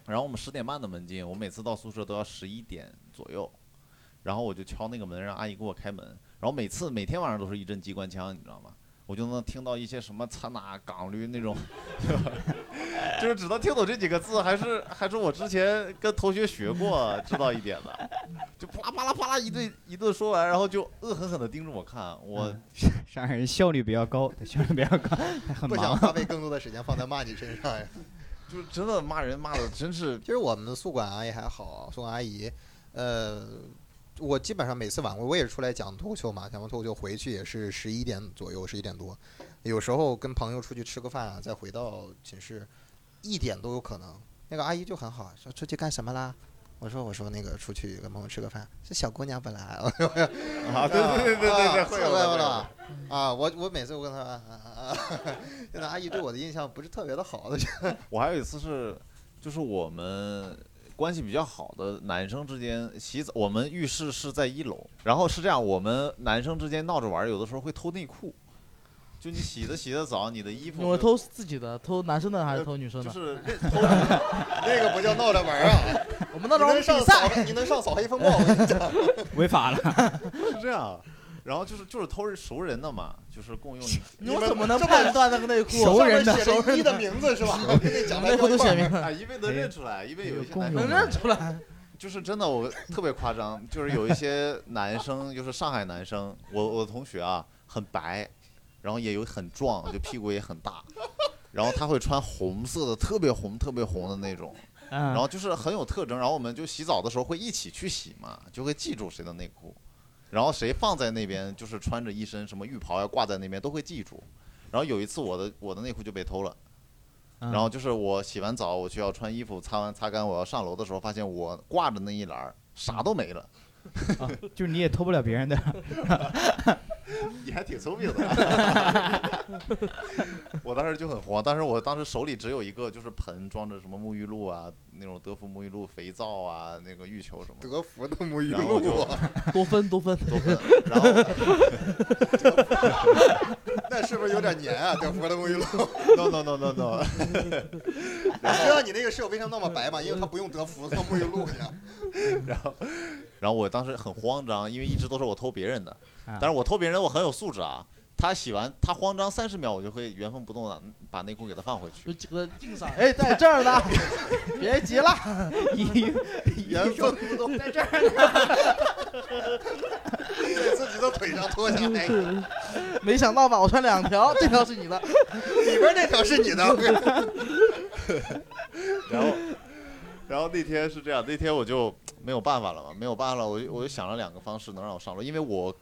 Speaker 1: 然后我们十点半的门禁，我每次到宿舍都要十一点左右，然后我就敲那个门，让阿姨给我开门。然后每次每天晚上都是一阵机关枪，你知道吗？我就能听到一些什么“擦哪港驴”那种， 就是只能听懂这几个字，还是还是我之前跟同学学过知道一点的，就啪啦啪啦啪啦一顿一顿说完，然后就恶狠狠地盯着我看， 我
Speaker 3: 嗯上海人效率比较高，他效率比较高，他很
Speaker 2: 不想
Speaker 3: 忙。
Speaker 2: 花费更多的时间放在骂你身上呀。
Speaker 1: 就是真的骂人骂的真是
Speaker 2: 其实我们的宿管阿姨还好，宿管阿姨，呃，我基本上每次晚会我也是出来讲脱口秀嘛，讲完脱口秀回去也是十一点左右，十一点多，有时候跟朋友出去吃个饭啊，再回到寝室，一点都有可能。那个阿姨就很好，说出去干什么啦？我说我说那个出去跟朋友吃个饭，这小姑娘不来，
Speaker 1: 啊，对对对对对对，会有的
Speaker 2: 会有
Speaker 1: 会有的
Speaker 2: 了。啊！我我每次我跟她说啊啊啊， 那阿姨对我的印象不是特别的好的，
Speaker 1: 我还有一次是，就是我们关系比较好的男生之间洗澡，我们浴室是在一楼，然后是这样，我们男生之间闹着玩儿，有的时候会偷内裤，就你洗着洗着澡，你的衣服
Speaker 4: 我
Speaker 1: 就
Speaker 4: 偷自己的，偷男生的还是偷女生
Speaker 1: 就
Speaker 4: 的？
Speaker 1: 是偷着
Speaker 2: 那个不叫闹着玩儿啊。
Speaker 4: 我们那
Speaker 2: 你
Speaker 4: 时候
Speaker 2: 能
Speaker 4: 比
Speaker 2: 上
Speaker 4: 赛，
Speaker 2: 扫，你能上扫黑风暴，我 跟你讲，
Speaker 3: 违法了，
Speaker 1: 是这样，然后就是就是偷人熟人的嘛，就是共用
Speaker 4: 你
Speaker 1: 你
Speaker 4: 我
Speaker 1: 们
Speaker 4: 怎么能判断那个内裤？
Speaker 3: 熟人的
Speaker 2: 上面写着一的名字是 吧？我跟你讲，
Speaker 4: 内裤都写明了，
Speaker 1: 啊，因为能认出来，因为有一些
Speaker 3: 有
Speaker 1: 男
Speaker 3: 共
Speaker 1: 生
Speaker 3: 用
Speaker 4: 能认出来。
Speaker 1: 就是真的，我特别夸张，就是有一些男生，就是上海男生，我我同学啊，很白，然后也有很壮，就屁股也很大，然后他会穿红色的，特别红、特别红的那种，然
Speaker 3: 嗯，
Speaker 1: 后就是很有特征。然后我们就洗澡的时候会一起去洗嘛，就会记住谁的内裤，然后谁放在那边，就是穿着一身什么浴袍要挂在那边，都会记住。然后有一次我的我的内裤就被偷了。然后就是我洗完澡，我需要穿衣服，擦完擦干，我要上楼的时候，发现我挂着那一栏儿啥都没了。
Speaker 3: 嗯就是你也偷不了别 人的，
Speaker 1: 你还挺聪明的。 我当时就很慌，但是我当时手里只有一个就是盆，装着什么沐浴露啊，那种德芙沐浴露、肥皂啊，那个浴球什么的。
Speaker 2: 德芙的沐浴
Speaker 1: 然后我就
Speaker 2: 露，啊
Speaker 4: 多分多分，
Speaker 1: 都很 然后
Speaker 2: 那是不是有点黏啊？德芙的沐浴 露，
Speaker 1: no no no no no，
Speaker 2: 我知道你那个室友为什么那么白嘛？因为他不用德芙，他沐浴露呀。
Speaker 1: 然后，然后我当时很慌张，因为一直都是我偷别人的，
Speaker 3: 啊
Speaker 1: 但是我偷别人我很有素质啊。他洗完，他慌张三十秒，我就会原封不动的把内裤给他放回去
Speaker 4: 就。几个 硬上。哎，在这儿呢，别急了，
Speaker 3: 一
Speaker 2: 原封不动 在这儿， 在自己的腿上脱下 来，
Speaker 4: 没想到吧？我穿两条，这条是你的，
Speaker 2: 里边那条是你的。
Speaker 1: 然后，然后那天是这样，那天我就没有办法了嘛，没有办法了，我就我就想了两个方式能让我上楼，因为我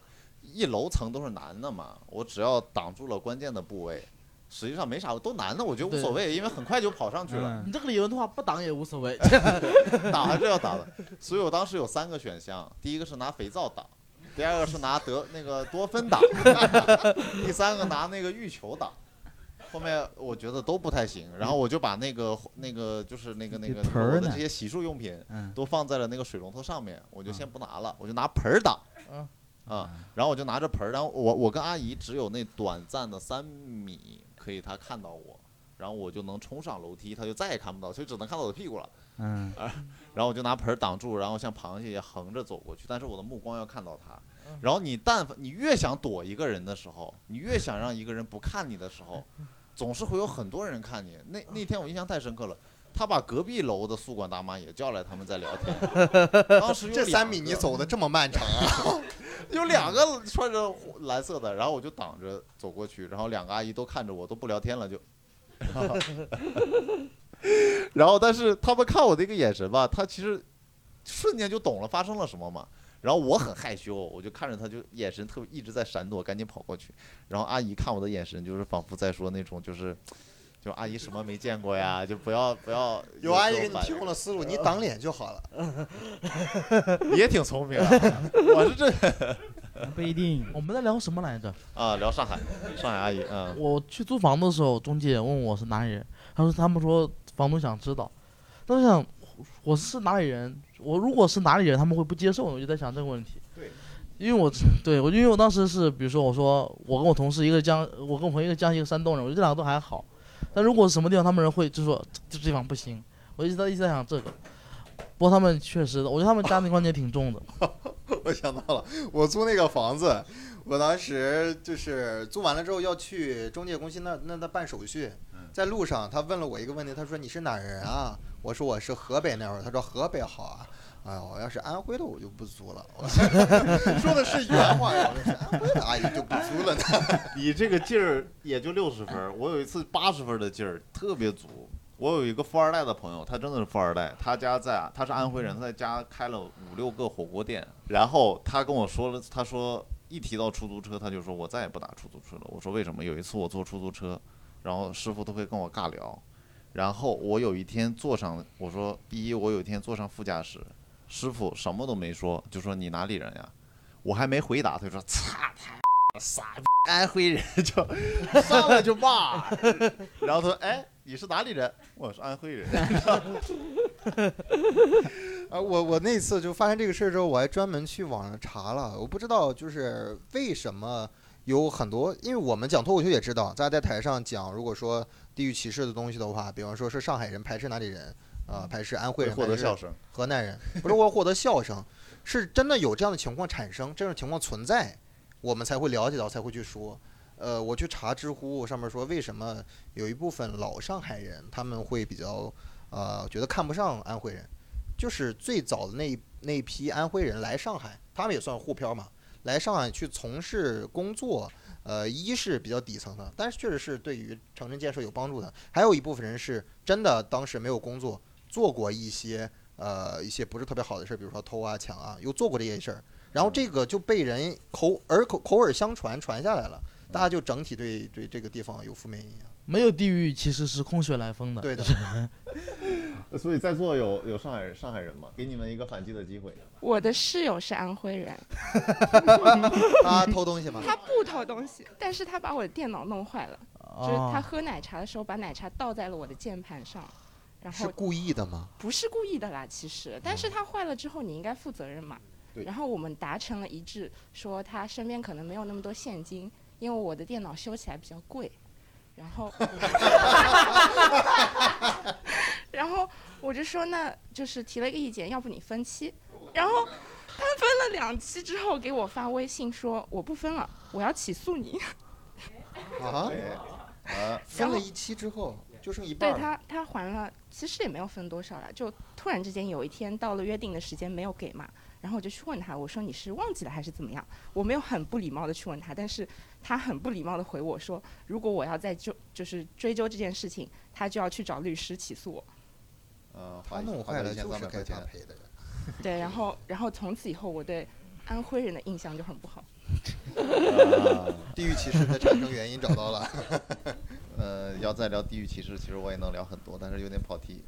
Speaker 1: 一楼层都是男的嘛，我只要挡住了关键的部位，实际上没啥，都男的，我觉得无所谓，因为很快就跑上去
Speaker 3: 嗯
Speaker 1: 了，
Speaker 4: 你这个理论的话不挡也无所谓。
Speaker 1: 挡还是要挡的。所以我当时有三个选项，第一个是拿肥皂挡，第二个是拿德那个多芬挡， 第三个拿那个浴球挡。后面我觉得都不太行，然后我就把那个那个就是那个那个
Speaker 3: 盆儿
Speaker 1: 我的
Speaker 3: 呢
Speaker 1: 这些洗漱用品
Speaker 3: 嗯，
Speaker 1: 都放在了那个水龙头上面，我就先不拿了，我就拿盆儿挡，
Speaker 4: 嗯
Speaker 1: 啊，然后我就拿着盆儿，然后我我跟阿姨只有那短暂的三米可以她看到我，然后我就能冲上楼梯，她就再也看不到，所以只能看到我的屁股了。
Speaker 3: 嗯，
Speaker 1: 然后我就拿盆儿挡住，然后像螃蟹一样横着走过去，但是我的目光要看到他
Speaker 4: 嗯。
Speaker 1: 然后你但凡你越想躲一个人的时候，你越想让一个人不看你的时 候，总是会有很多人看你。那
Speaker 2: 嗯
Speaker 1: 那天我印象太深刻了，他把隔壁楼的宿管大妈也叫来，他们在聊天。 当时有
Speaker 2: 这
Speaker 1: 两
Speaker 2: 三米
Speaker 1: 个
Speaker 2: 你走的这么漫长啊？
Speaker 1: 有两个穿着蓝色的，然后我就挡着走过去，然后两个阿姨都看着我，都不聊天了就。 然后，但是他们看我的一个眼神吧，他其实瞬间就懂了发生了什么嘛。然后我很害羞，我就看着他，就眼神特别一直在闪躲，赶紧跑过去。然后阿姨看我的眼神，就是仿佛在说那种就是就阿姨什么没见过呀，就不要不要。
Speaker 2: 有阿姨给你提供
Speaker 1: 了，
Speaker 2: 了思路，你挡脸就好了。
Speaker 1: 也挺聪明啊。我是 这
Speaker 3: 嗯
Speaker 5: 不一定。
Speaker 4: 我们在聊什么来着？
Speaker 1: 啊，聊上海，上海阿姨，嗯，
Speaker 4: 我去租房的时候，中介问我是哪里人，他说他们说房东想知道，但是想我是哪里人，我如果是哪里人，他们会不接受，我就在想这个问题。
Speaker 1: 对，
Speaker 4: 因为我对我因为我当时是，比如说我说我跟我同事一个江，我跟我朋友一个江西一个山东人，我觉得这两个都还好，但如果是什么地方他们人会就说这这地方不行，我一直在一直在想这个。不过他们确实的，我觉得他们家庭观念挺重的。
Speaker 2: 我想到了，我租那个房子，我当时就是租完了之后要去中介公司那那那办手续
Speaker 1: 嗯，
Speaker 2: 在路上他问了我一个问题，他说你是哪儿人啊？我说我是河北那会儿，他说河北好啊。哎呀，我要是安徽的我就不租了，我 说的是原话呀，我说是安徽的阿姨就不租了呢。
Speaker 1: 你这个劲儿也就六十分儿，我有一次八十分儿的劲儿特别足。我有一个富二代的朋友，他真的是富二代，他家在他是安徽人，他在家开了五六个火锅店。然后他跟我说了，他说一提到出租车，他就说我再也不打出租车了。我说为什么？有一次我坐出租车，然后师傅都会跟我尬聊。然后我有一天坐上，我说第一，我有一天坐上副驾驶，师傅什么都没说，就说你哪里人呀？我还没回答，他就说擦他妈傻逼安徽人， 就 上来就骂。 然后他说哎，你是哪里人？我是安徽人。
Speaker 2: 啊，我我那次就发现这个事儿之后，我还专门去网上查了，我不知道就是为什么有很多，因为我们讲脱口秀也知道，大家在台上讲，如果说地域歧视的东西的话，比方说是上海人排斥哪里人，啊、排斥安徽
Speaker 1: 会
Speaker 2: 人，
Speaker 1: 获得
Speaker 2: 排斥
Speaker 1: 笑声。
Speaker 2: 河南人，不是我获得笑声，是真的有这样的情况产生，这种情况存在，我们才会了解到，才会去说。呃，我去查知乎上面说，为什么有一部分老上海人他们会比较呃觉得看不上安徽人，就是最早的那一那一批安徽人来上海，他们也算沪漂嘛，来上海去从事工作。呃，一是比较底层的，但是确实是对于城镇建设有帮助的。还有一部分人是真的当时没有工作，做过一些呃一些不是特别好的事儿，比如说偷啊、抢啊，又做过这些事儿，然后这个就被人口耳口口耳相传传下来了，大家就整体对对这个地方有负面印象。
Speaker 4: 没有地域其实是空穴来风的。
Speaker 2: 对 的，
Speaker 1: 所以在座有有上海人上海人吗？给你们一个反击的机会。
Speaker 6: 我的室友是安徽人，
Speaker 2: 他偷东西吗？
Speaker 6: 他不偷东西，但是他把我的电脑弄坏了，就是他
Speaker 4: 啊，
Speaker 6: 喝奶茶的时候把奶茶倒在了我的键盘上，然
Speaker 2: 是
Speaker 6: 后
Speaker 2: 故意的吗？
Speaker 6: 不是故意的啦，其实，但是他坏了之后你应该负责任嘛。
Speaker 1: 对
Speaker 6: 然后我们达成了一致，说他身边可能没有那么多现金，因为我的电脑修起来比较贵。然后，然后我就说，那就是提了一个意见，要不你分期。然后他分了两期之后给我发微信说我不分了，我要起诉你。
Speaker 2: 啊，
Speaker 1: 啊，
Speaker 2: 分了一期之后就剩一半
Speaker 6: 对
Speaker 2: 儿了。
Speaker 6: 他，他还了，其实也没有分多少啦，就突然之间有一天到了约定的时间没有给嘛，然后我就去问他，我说你是忘记了还是怎么样？我没有很不礼貌的去问他，但是他很不礼貌的回我说，如果我要再就就是追究这件事情，他就要去找律师起诉我。
Speaker 1: 嗯，
Speaker 2: 他弄坏了就是该他赔的。
Speaker 6: 对，然后然后从此以后我对安徽人的印象就很不好。
Speaker 2: 地域歧视的产生原因找到了。
Speaker 1: 呃，要再聊地域歧视，其实我也能聊很多，但是有点跑 题。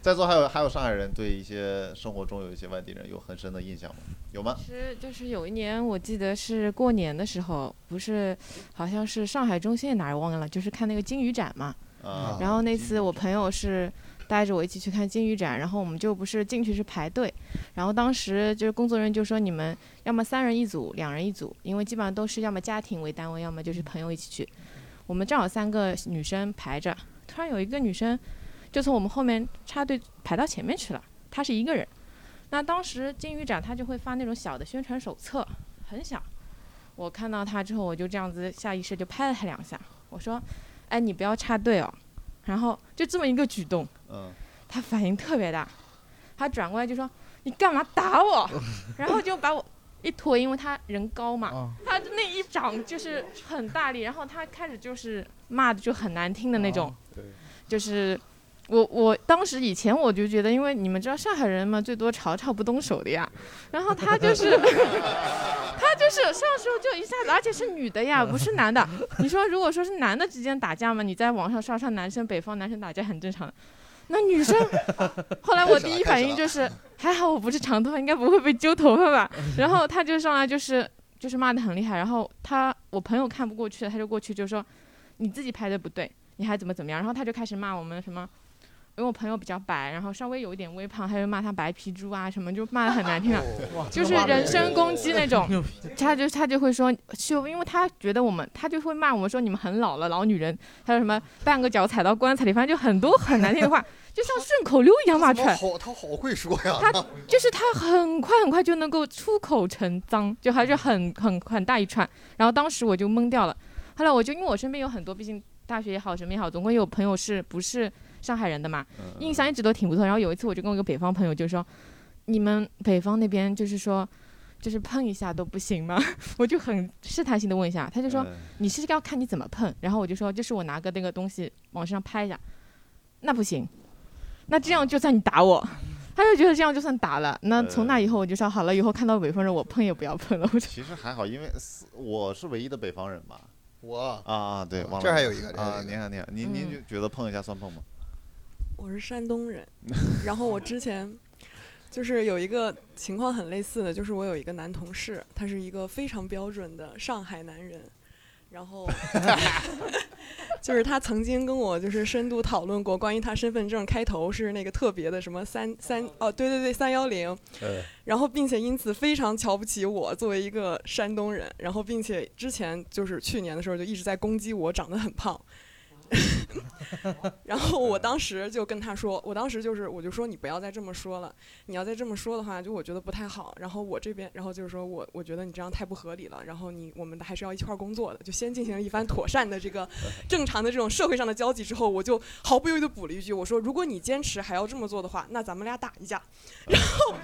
Speaker 1: 在座还有还有上海人对一些生活中有一些外地人有很深的印象吗？有吗？
Speaker 3: 其实就是有一年，我记得是过年的时候，不是好像是上海中心哪儿忘了，就是看那个金鱼展嘛。
Speaker 1: 啊，
Speaker 3: 然后那
Speaker 1: 金鱼
Speaker 3: 次我朋友是带着我一起去看金鱼展，然后我们就不是进去是排队，然后当时就是工作人员就说你们要么三人一组，两人一组，因为基本上都是要么家庭为单位，要么就是朋友一起去。我们正好三个女生排着，突然有一个女生就从我们后面插队排到前面去了，她是一个人。那当时金鱼展它就会发那种小的宣传手册，很小。我看到她之后，我就这样子下意识就拍了她两下，我说：“哎，你不要插队哦。”然后就这么一个举动，
Speaker 1: 嗯，
Speaker 3: 他反应特别大，他转过来就说：“你干嘛打我？”然后就把我一推，因为他人高嘛，
Speaker 4: 啊
Speaker 3: 他那一掌就是很大力，然后他开始就是骂的就很难听的那种，
Speaker 1: 对，
Speaker 3: 就是我我当时以前我就觉得，因为你们知道上海人嘛，最多吵吵不动手的呀，然后他就是他
Speaker 7: 就是上时候就一下子，而且是女的呀，不是男的。你说如果说是男的之间打架嘛，你在网上刷上男生北方男生打架很正常。那女生，后来我第一反应就是，还好我不是长头发，应该不会被揪头发 吧。然后他就上来就是就是骂的很厉害，然后他我朋友看不过去了，他就过去就说你自己拍的不对，你还怎么怎么样？然后他就开始骂我们什么。因为我朋友比较白，然后稍微有一点微胖，他就骂他白皮猪啊什么，就骂的很难听 啊。
Speaker 4: 哇
Speaker 7: 就是
Speaker 4: 这个骂得
Speaker 7: 人身攻击那 种
Speaker 4: 牛逼
Speaker 7: 他就他就会说，就因为他觉得我们，他就会骂我们说你们很老了，老女人，还有什么半个脚踩到棺材里，反正就很多很难听的话，就像顺口溜一样骂出
Speaker 2: 他怎么
Speaker 7: 来。
Speaker 2: 好，他好会说呀！
Speaker 7: 他就是他很快很快就能够出口成脏，就还是很很很大一串。然后当时我就懵掉了，后来我就因为我身边有很多，毕竟大学也好什么也好，总归有朋友是不是上海人的嘛，
Speaker 1: 嗯
Speaker 7: 印象一直都挺不错。然后有一次我就跟我一个北方朋友就说，你们北方那边就是说。就是碰一下都不行吗？ 我就很试探性的问一下，他就
Speaker 1: 就
Speaker 7: 说，你是要看你怎么碰。然后我就说，就是我拿个那个东西往身上拍一下，那不行，那这样就算你打我。 他就觉得这样就算打了。那从那以后我就说好了，以后看到北方人我碰也不要碰了。我就
Speaker 1: 其实还好，因为是我是唯一的北方人吧。
Speaker 2: 我
Speaker 1: 啊啊，对，忘了
Speaker 2: 这儿还有一个这儿还有
Speaker 1: 啊，
Speaker 2: 一个
Speaker 1: 您看您看，您
Speaker 7: 嗯
Speaker 1: 您就觉得碰一下算碰吗？
Speaker 6: 我是山东人，然后我之前就是有一个情况很类似的，就是我有一个男同事，他是一个非常标准的上海男人，然后就是他曾经跟我就是深度讨论过关于他身份证开头是那个特别的什么三三哦对对对三幺零，然后并且因此非常瞧不起我作为一个山东人，然后并且之前就是去年的时候就一直在攻击我长得很胖。然后我当时就跟他说，我当时就是我就说你不要再这么说了，你要再这么说的话，就我觉得不太好。然后我这边，然后就是说我我觉得你这样太不合理了。然后你我们还是要一块儿工作的，就先进行了一番妥善的这个正常的这种社会上的交际之后，我就毫不犹豫的补了一句，我说如果你坚持还要这么做的话，那咱们俩打一架。然后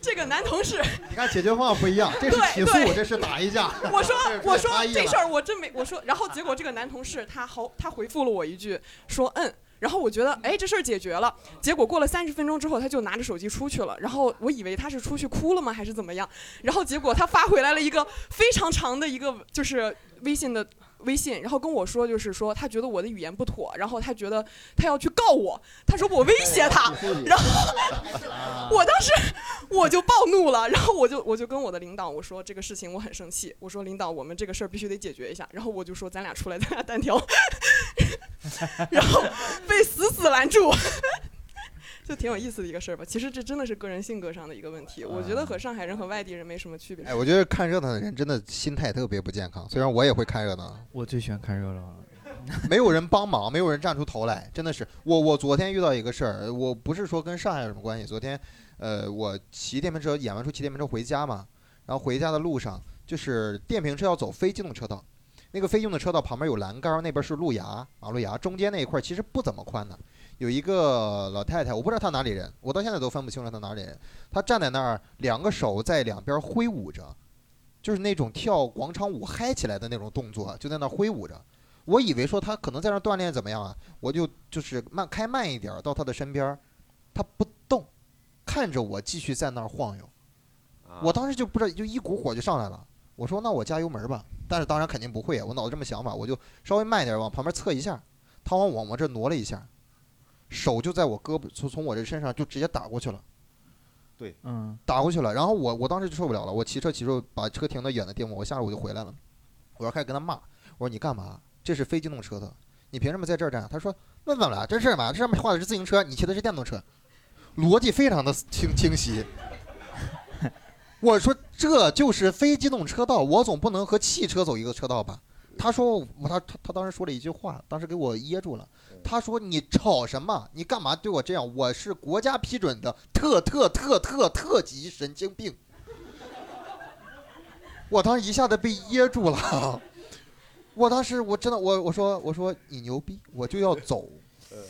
Speaker 6: 这个男同事
Speaker 2: 你看解决方案不一样，这是
Speaker 6: 对
Speaker 2: 起诉
Speaker 6: 对，
Speaker 2: 这是打一架。
Speaker 6: 我说
Speaker 2: 这是
Speaker 6: 我
Speaker 2: 这
Speaker 6: 说
Speaker 2: 是差异
Speaker 6: 这
Speaker 2: 了
Speaker 6: 事儿我真没我说，然后结果这个男同事他好他回复了我一句说嗯，然后我觉得哎这事儿解决了，结果过了三十分钟之后他就拿着手机出去了，然后我以为他是出去哭了吗还是怎么样，然后结果他发回来了一个非常长的一个就是微信的。微信，然后跟我说，就是说他觉得我的语言不妥，然后他觉得他要去告我，他说我威胁他，然后我当时我就暴怒了，然后我就我就跟我的领导我说这个事情我很生气，我说领导我们这个事儿必须得解决一下，然后我就说咱俩出来咱俩单挑， 然后被死死拦住， 就挺有意思的一个事儿吧。其实这真的是个人性格上的一个问题，我觉得和上海人和外地人没什么区别
Speaker 2: 哎，。我觉得看热闹的人真的心态特别不健康。虽然我也会看热闹，
Speaker 3: 我最喜欢看热闹了。
Speaker 2: 没有人帮忙，没有人站出头来，真的是我。我昨天遇到一个事儿，我不是说跟上海有什么关系。昨天，呃，我骑电瓶车演完出骑电瓶车回家嘛，然后回家的路上就是电瓶车要走非机动车道，那个非机动车道旁边有栏杆，那边是路牙，马路牙，中间那一块其实不怎么宽的。有一个老太太，我不知道她哪里人，我到现在都分不清楚她哪里人。她站在那儿，两个手在两边挥舞着，就是那种跳广场舞嗨起来的那种动作，就在那儿挥舞着。我以为说他可能在那儿锻炼怎么样啊，我就就是慢开慢一点儿到他的身边儿，他不动，看着我继续在那儿晃悠。我当时就不知道，就一股火就上来了。我说那我加油门儿吧，但是当然肯定不会，啊我脑子这么想法，我就稍微慢一点儿往旁边侧一下，他往我往这挪了一下，手就在我胳膊从从我这身上就直接打过去了。
Speaker 3: 嗯，
Speaker 2: 打过去了。然后我我当时就受不了了，我骑车骑着把车停到远的地方，我下来我就回来了。我要开始跟他骂，我说你干嘛？这是非机动车的，你凭什么在这儿站？他说那怎么了？这事儿嘛，这上面画的是自行车，你骑的是电动车，逻辑非常的清清晰。我说这就是非机动车道，我总不能和汽车走一个车道吧？他说我他他他当时说了一句话，当时给我噎住了。他说你吵什么？你干嘛对我这样？我是国家批准的特特特特特级神经病。我当时一下子被噎住了，我当时我真的我我说我说你牛逼，我就要走，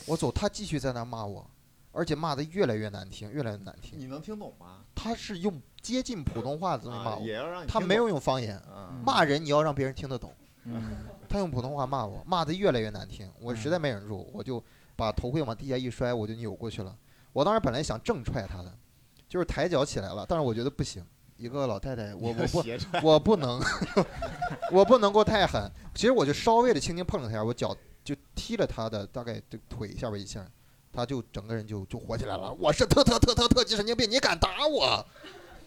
Speaker 2: 我走，他继续在那儿骂我，而且骂的越来越难听，越来越难听。
Speaker 1: 你能听懂吗？
Speaker 2: 他是用接近普通话的东西骂
Speaker 1: 啊，
Speaker 2: 我，
Speaker 1: 也要让你
Speaker 2: 哦他
Speaker 1: 听
Speaker 2: 没
Speaker 1: 懂
Speaker 2: 有用方言。
Speaker 1: 啊
Speaker 2: 骂人你要让别人听得懂，
Speaker 3: 嗯
Speaker 2: 他用普通话骂我，骂的越来越难听，我实在没忍住，我就把头盔往地下一摔，我就扭过去了。我当时本来想正踹他的，就是抬脚起来了，但是我觉得不行，一个老太太，我我不
Speaker 1: 斜着
Speaker 2: 我不能，我不能够太狠。其实我就稍微的轻轻碰了她一下，我脚就踢了她的大概这个腿下边一下，她就整个人就就火起来了。我是特特特特特级神经病，你敢打我？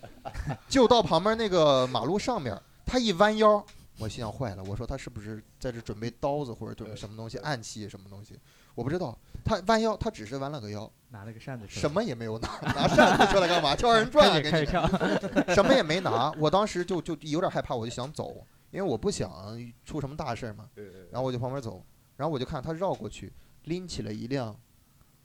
Speaker 2: 就到旁边那个马路上面，她一弯腰，我心想坏了，我说她是不是在这准备刀子或者准备什么东西，暗器什么东西？我不知道，她弯腰，她只是弯了个腰，
Speaker 3: 拿了个扇子出来，
Speaker 2: 什么也没有拿， 拿扇子出来干 嘛？叫人转啊，
Speaker 3: 开
Speaker 2: 给
Speaker 3: 始
Speaker 2: 你
Speaker 3: 开始。跳，
Speaker 2: 什么也没拿，我当时就就有点害怕，我就想走，因为我不想出什么大事儿嘛。然后我就旁边走，然后我就看他绕过去，拎起了一辆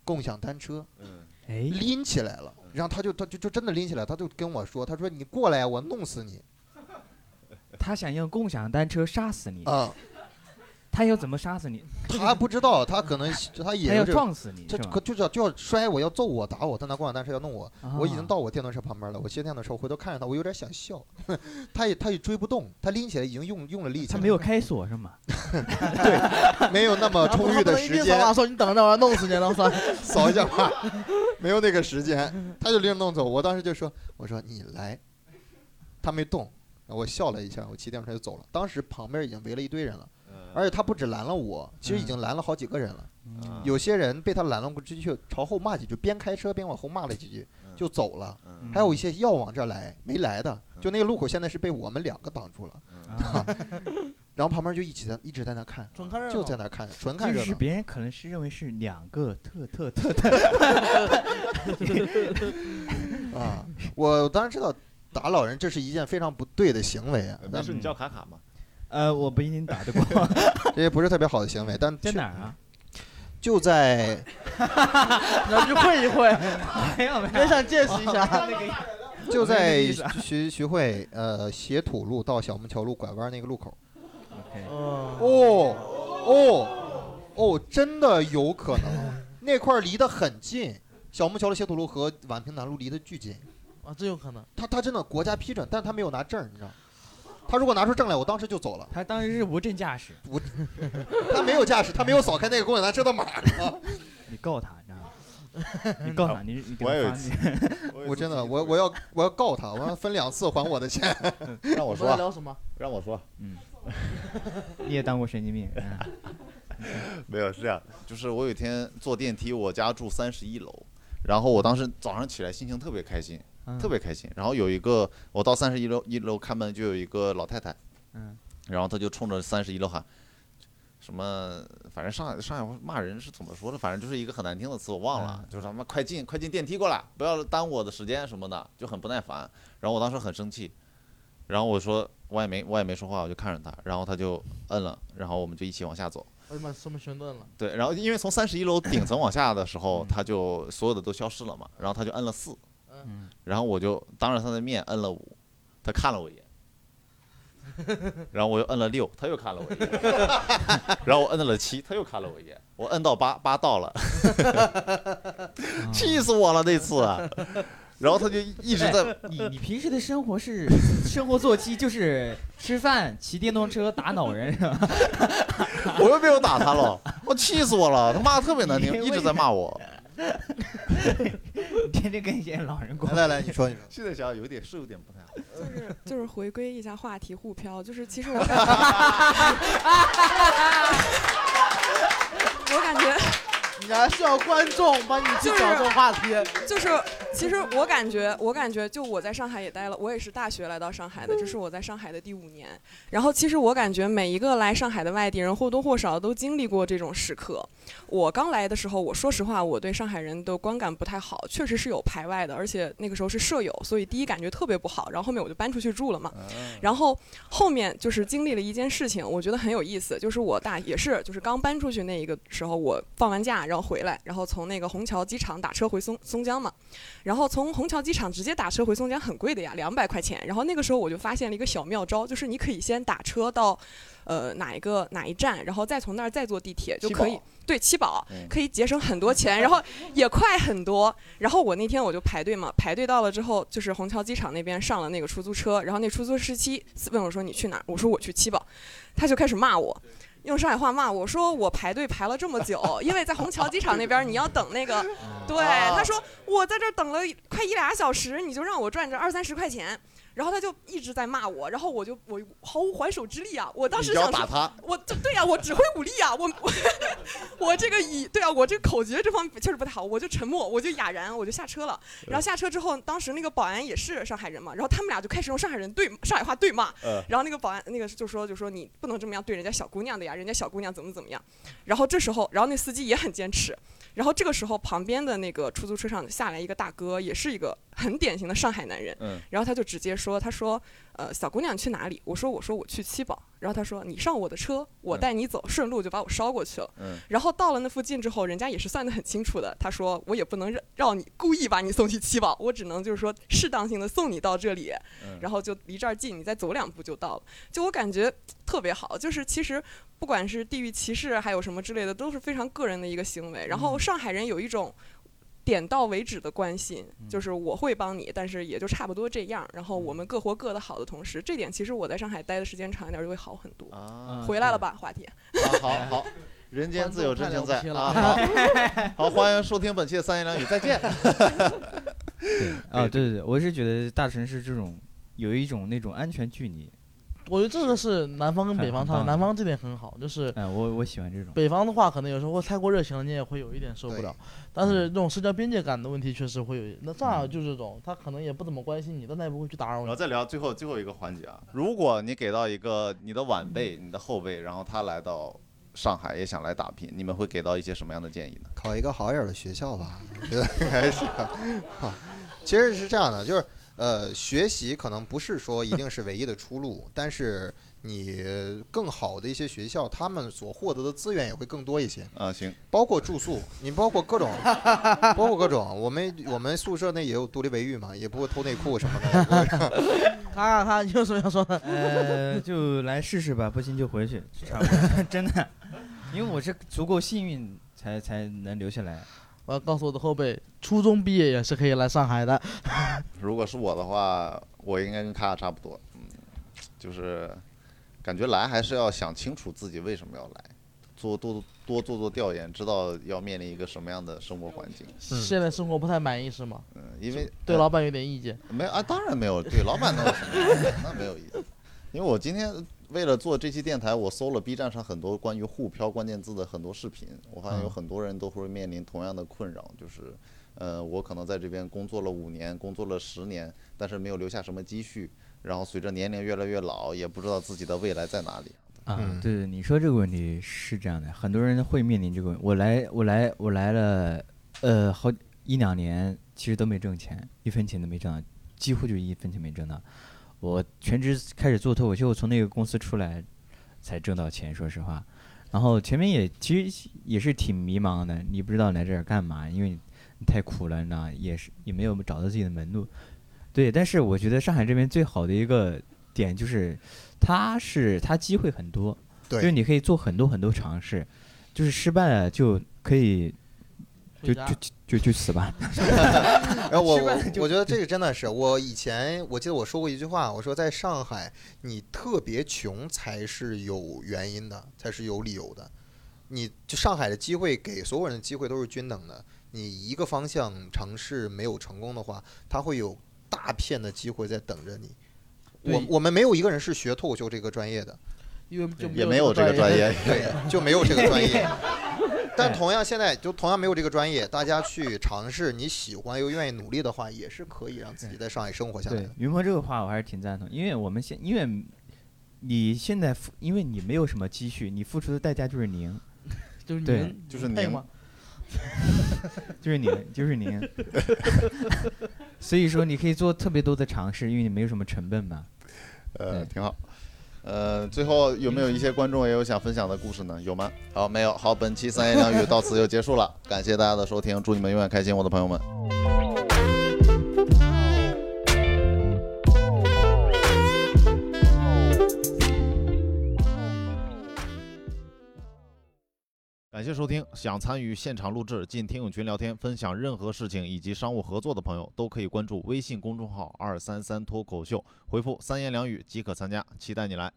Speaker 2: 共享单车，
Speaker 1: 嗯，
Speaker 3: 哎，
Speaker 2: 拎起来了。然后他就他就就真的拎起来，他就跟我说，他说你过来呀，我弄死你
Speaker 3: 他想用共享单车杀死你，
Speaker 2: 啊！
Speaker 3: 他要怎么杀死你？
Speaker 2: 他不知道，他可能他
Speaker 3: 他
Speaker 2: 也是
Speaker 3: 要
Speaker 2: 这种。
Speaker 3: 撞死你
Speaker 2: 他
Speaker 3: 是
Speaker 2: 可
Speaker 3: 吧？
Speaker 2: 就要就要摔我，要揍我，打我，他拿共享单车要弄我，我已经
Speaker 3: 啊
Speaker 2: 到我电动车旁边了。我骑电动车，我回头看着他，我有点想笑， 他也他也追不动，他拎起来已经用用了力气
Speaker 3: 他
Speaker 2: 了，
Speaker 3: 没有开锁是吗？
Speaker 2: 没有那 么
Speaker 4: 然
Speaker 2: 啊
Speaker 4: 后
Speaker 2: 充
Speaker 4: 他
Speaker 2: 裕
Speaker 4: 不
Speaker 2: 的
Speaker 4: 能一
Speaker 2: 时
Speaker 4: 定
Speaker 2: 间
Speaker 3: 啊
Speaker 4: 扫，码说你等着，我要弄死你，然后算。
Speaker 2: 扫一下码， 没有那个时间，他就拎着弄走。我当时就说：“我说你来。”他没动，然后我笑了一下，我骑电动车就走了。当时旁边已经围了一堆人了，而且他不止拦了我，其实已经拦了好几个人了。
Speaker 1: 嗯
Speaker 2: 有些人被他拦了过去，就朝后骂几句，边开车边往后骂了几句
Speaker 1: 嗯
Speaker 2: 就走了。
Speaker 1: 嗯
Speaker 2: 还有一些要往这儿来没来的，就那个路口现在是被我们两个挡
Speaker 1: 嗯
Speaker 2: 住了，
Speaker 3: 啊，
Speaker 2: 然后旁边就一起在一直在那看，
Speaker 4: 纯看热 闹
Speaker 2: 就在那看，纯 看
Speaker 3: 就
Speaker 2: 热
Speaker 3: 是
Speaker 2: 闹。
Speaker 3: 别人可能是认为是两个特特特
Speaker 2: 啊，我当然知道打老人这是一件非常不对的行为啊，
Speaker 1: 呃没
Speaker 2: 但
Speaker 1: 事，你叫卡卡嘛。
Speaker 3: 呃，我不一定打得 过，
Speaker 2: 这也不是特别好的行为，但
Speaker 3: 在
Speaker 2: 确
Speaker 3: 哪儿啊？
Speaker 2: 就 在
Speaker 4: 你要去会一 会，
Speaker 3: 没有没
Speaker 4: 别想见 识一
Speaker 2: 啊
Speaker 4: 下。
Speaker 2: 就
Speaker 3: 没那
Speaker 2: 在
Speaker 3: 个意思
Speaker 2: 徐徐汇呃斜土路到小木桥路拐弯那个路口。
Speaker 3: 有，
Speaker 4: 哦，
Speaker 2: 哦哦哦，真的有可能， 那块儿离得很近，小木桥的斜土路和宛平南路离得巨近。
Speaker 4: 啊，真有可能。
Speaker 2: 他他真的国家批准，但他没有拿证儿，你知道。他如果拿出证来，我当时就走了。
Speaker 3: 他当时是无证驾驶，
Speaker 2: 他没有驾驶，他没有扫开那个共享单车的码儿。
Speaker 3: 你告他，你知 道吗？你告他，你你给
Speaker 1: 我有
Speaker 3: 他
Speaker 1: 一
Speaker 3: 发
Speaker 1: 次
Speaker 3: 你
Speaker 2: 我真的，我我要我要告他，我要分两次还我的钱。
Speaker 1: 让我
Speaker 4: 我们在
Speaker 1: 说，啊
Speaker 4: 聊什
Speaker 2: 啊
Speaker 4: 么？
Speaker 1: 让我说，啊
Speaker 3: 你也当过神经病，嗯
Speaker 1: 没有是这样， 就是我有一天坐电梯，我家住三十一楼，然后我当时早上起来心情特别开心，
Speaker 3: 嗯
Speaker 1: 特别开心。然后有一个，我到三十一楼一楼开门就有一个老太太，
Speaker 3: 嗯，
Speaker 1: 然后她就冲着三十一楼喊。什么？反正上海上海话骂人是怎么说的？反正就是一个很难听的词，我忘了。就是他妈快进，快进电梯过来，不要耽误我的时间什么的，就很不耐烦。然后我当时很生气，然后我说我也没我也没说话，我就看着他，然后他就摁了，然后我们就一起往下走。
Speaker 4: 哎呀妈，说明悬顿了。
Speaker 1: 对，然后因为从三十一楼顶层往下的时候
Speaker 3: 嗯，
Speaker 1: 他就所有的都消失了嘛，然后他就摁了四，
Speaker 3: 嗯，
Speaker 1: 然后我就当着他的面摁了五，他看了我一 眼，然后我又摁了六，他又看了我一眼，然后我摁了七，他又看了我一眼，我摁到八，八到了，
Speaker 3: 啊
Speaker 1: 气死我了那次，啊 然后他就一直在，
Speaker 3: 你你平时的生活是 生活作息就是吃饭、骑电动车、打脑人，是吧
Speaker 1: 我又没有打他了，我气死我了，他骂的特别难
Speaker 3: 你
Speaker 1: 听，
Speaker 3: 为
Speaker 1: 一直在骂我，
Speaker 3: 你天天跟一些老人过
Speaker 2: 来。来来，你说你说。
Speaker 1: 现在想想有点是有点不太好，
Speaker 6: 就是就是回归一下话题互飘，就是其实我感觉， 我感觉
Speaker 4: 你还是要观众帮你去
Speaker 6: 就是
Speaker 4: 找这种话题。
Speaker 6: 就是，其实我感觉，我感觉，就我在上海也待了，我也是大学来到上海的，这是我在上海的第五年。然后，其实我感觉每一个来上海的外地人或多或少都经历过这种时刻。我刚来的时候，我说实话，我对上海人的观感不太好，确实是有排外的，而且那个时候是舍友，所以第一感觉特别不好。然后后面我就搬出去住了嘛，
Speaker 1: 嗯
Speaker 6: 然后后面就是经历了一件事情，我觉得很有意思，就是我大也是就是刚搬出去那一个时候，我放完假然后回来，然后从那个虹桥机场打车回松松江嘛，然后从虹桥机场直接打车回松江很贵的呀，两百块钱。然后那个时候我就发现了一个小妙招，就是你可以先打车到。呃，哪一个哪一站，然后再从那儿再坐地铁就可以
Speaker 1: 七宝，
Speaker 6: 对七宝
Speaker 1: 嗯
Speaker 6: 可以节省很多钱，然后也快很多。然后我那天我就排队嘛，排队到了之后，就是虹桥机场那边上了那个出租车，然后那出租车司机问我说你去哪儿？我说我去七宝，他就开始骂我。用上海话骂我说我排队排了这么久，因为在虹桥机场那边你要等那个，对，他说我在这儿等了快一俩小时，你就让我赚这二三十块钱。然后他就一直在骂我，然后我就我毫无还手之力啊！我当时
Speaker 1: 你要
Speaker 6: 想
Speaker 1: 打
Speaker 6: 说，
Speaker 1: 他，
Speaker 6: 我这对呀、我只会武力呀、我 我我这个以对啊，我这个口诀这方面确实不太好，我就沉默，我就哑然，我就下车了。然后下车之后，当时那个保安也是上海人嘛，然后他们俩就开始用上海人对上海话对骂，
Speaker 1: 呃，
Speaker 6: 然后那个保安那个就说就说你不能这么样对人家小姑娘的呀，人家小姑娘怎么怎么样。然后这时候，然后那司机也很坚持。然后这个时候，旁边的那个出租车上下来一个大哥，也是一个很典型的上海男人。
Speaker 1: 嗯，
Speaker 6: 然后他就直接说：“他说，呃，小姑娘你去哪里？”我说：“我说我去七宝。”然后他说：“你上我的车，我
Speaker 1: 嗯
Speaker 6: 带你走，顺路就把我捎过去了。”
Speaker 1: 嗯
Speaker 6: 然后到了那附近之后，人家也是算得很清楚的。他说：“我也不能让让你故意把你送去七宝，我只能就是说适当性的送你到这里，
Speaker 1: 嗯
Speaker 6: 然后就离这儿近，你再走两步就到了。”就我感觉特别好，就是其实不管是地域歧视还有什么之类的，都是非常个人的一个行为。然后上海人有一种点到为止的关心，就是我会帮你，但是也就差不多这样。然后我们各活各的好的同时，这点其实我在上海待的时间长一点就会好很多。
Speaker 3: 嗯
Speaker 1: 啊，
Speaker 6: 回来了吧，话题。
Speaker 1: 啊好好，人间自有真情在
Speaker 4: 观众太
Speaker 1: 啊，
Speaker 4: 了
Speaker 1: 好，好，欢迎收听本期的三言两语，再见。
Speaker 3: 啊，对对对，我是觉得大城市这种有一种那种安全距离，
Speaker 4: 我觉得这个是南方跟北方差的，
Speaker 3: 很棒
Speaker 4: 南方这点很好，就是
Speaker 3: 哎，我我喜欢这种。
Speaker 4: 北方的话，可能有时候太过热情了，你也会有一点受不了。但是这种社交边界感的问题，确实会
Speaker 2: 嗯
Speaker 4: 有。那上海就是这种，他可能也不怎么关心你，但他也不会去打扰
Speaker 1: 然
Speaker 2: 哦
Speaker 4: 你
Speaker 1: 后。再聊最后最后一个环节啊，如果你给到一个你的晚辈、你的后辈，然后他来到上海也想来打拼，你们会给到一些什么样的建议呢？
Speaker 2: 考一个好一点的学校吧， 我觉得还是好。其实是这样的，就是呃，学习可能不是说一定是唯一的出路，但是你更好的一些学校，他们所获得的资源也会更多一些，
Speaker 1: 啊，行，
Speaker 2: 包括住宿，你包括各种，包括各种。我们我们宿舍内也有独立卫浴嘛，也不会偷内裤什么的，也不会
Speaker 4: 咔咔咔，你有什么要说 的？
Speaker 3: 呃，就来试试吧，不行就回去，差不多， 真的，因为我是足够幸运才才能留下来。
Speaker 4: 我要告诉我的后辈，初中毕业也是可以来上海的。
Speaker 1: 如果是我的话，我应该跟卡卡差不多，嗯，就是感觉来还是要想清楚自己为什么要来，做多多做做调研，知道要面临一个什么样的生活环境。
Speaker 4: 现在生活不太满意是吗？
Speaker 1: 嗯，因为
Speaker 4: 对
Speaker 1: 呃
Speaker 4: 老板有点意见。
Speaker 1: 没有啊，当然没有，对老板能有什么意见？那没有意见，因为我今天为了做这期电台，我搜了 B 站上很多关于沪漂关键字的很多视频，我发现有很多人都会面临同样的困扰，就是，呃，我可能在这边工作了五年，工作了十年，但是没有留下什么积蓄，然后随着年龄越来越老，也不知道自己的未来在哪里。
Speaker 3: 啊，
Speaker 2: 嗯
Speaker 3: 对对，你说这个问题是这样的，很多人会面临这个问我来，我来，我来了，呃，好一两年，其实都没挣钱，一分钱都没挣到，几乎就一分钱没挣到。我全职开始做脱口秀，从那个公司出来才挣到钱，说实话。然后前面也其实也是挺迷茫的，你不知道来这儿干嘛，因为你你太苦了，你知道吗，也是也没有找到自己的门路。对，但是我觉得上海这边最好的一个点就是，它是它机会很多，就是
Speaker 2: 对
Speaker 3: 你可以做很多很多尝试，就是失败了就可以就
Speaker 4: 回家
Speaker 3: 就就就去死吧。
Speaker 2: 然后我
Speaker 3: 吃
Speaker 2: 我
Speaker 3: 饭就
Speaker 2: 我觉得这个真的是，我以前我记得我说过一句话，我说在上海，你特别穷才是有原因的，才是有理由的。你就上海的机会给所有人的机会都是均等的，你一个方向尝试没有成功的话，它会有大片的机会在等着你。我
Speaker 4: 对
Speaker 2: 我们没有一个人是学脱口秀这个专业的，
Speaker 4: 因为就
Speaker 1: 也没有这个专业，
Speaker 2: 对，就没有这个专业。但同样，现在就同样没有这个专业，大家去尝试你喜欢又愿意努力的话，也是可以让自己在上海生活下来
Speaker 3: 对
Speaker 2: 的。
Speaker 3: 云鹏这个话我还是挺赞同，因为我们现因为你现在付，因为你没有什么积蓄，你付出的代价就是零，
Speaker 4: 就是你
Speaker 3: 对
Speaker 4: 们
Speaker 1: 就是
Speaker 4: 配
Speaker 1: 您
Speaker 4: 吗？
Speaker 3: 就是零，就是零。 所以说你可以做特别多的尝试，因为你没有什么成本嘛。
Speaker 1: 呃，
Speaker 3: 对
Speaker 1: 挺好。呃，最后有没有一些观众也有想分享的故事呢？有吗？好，没有。好，本期三言两语到此就结束了，感谢大家的收听，祝你们永远开心，我的朋友们。感谢收听。想参与现场录制、进听友群聊天、分享任何事情以及商务合作的朋友，都可以关注微信公众号“二三三脱口秀”，回复“三言两语”即可参加。期待你来。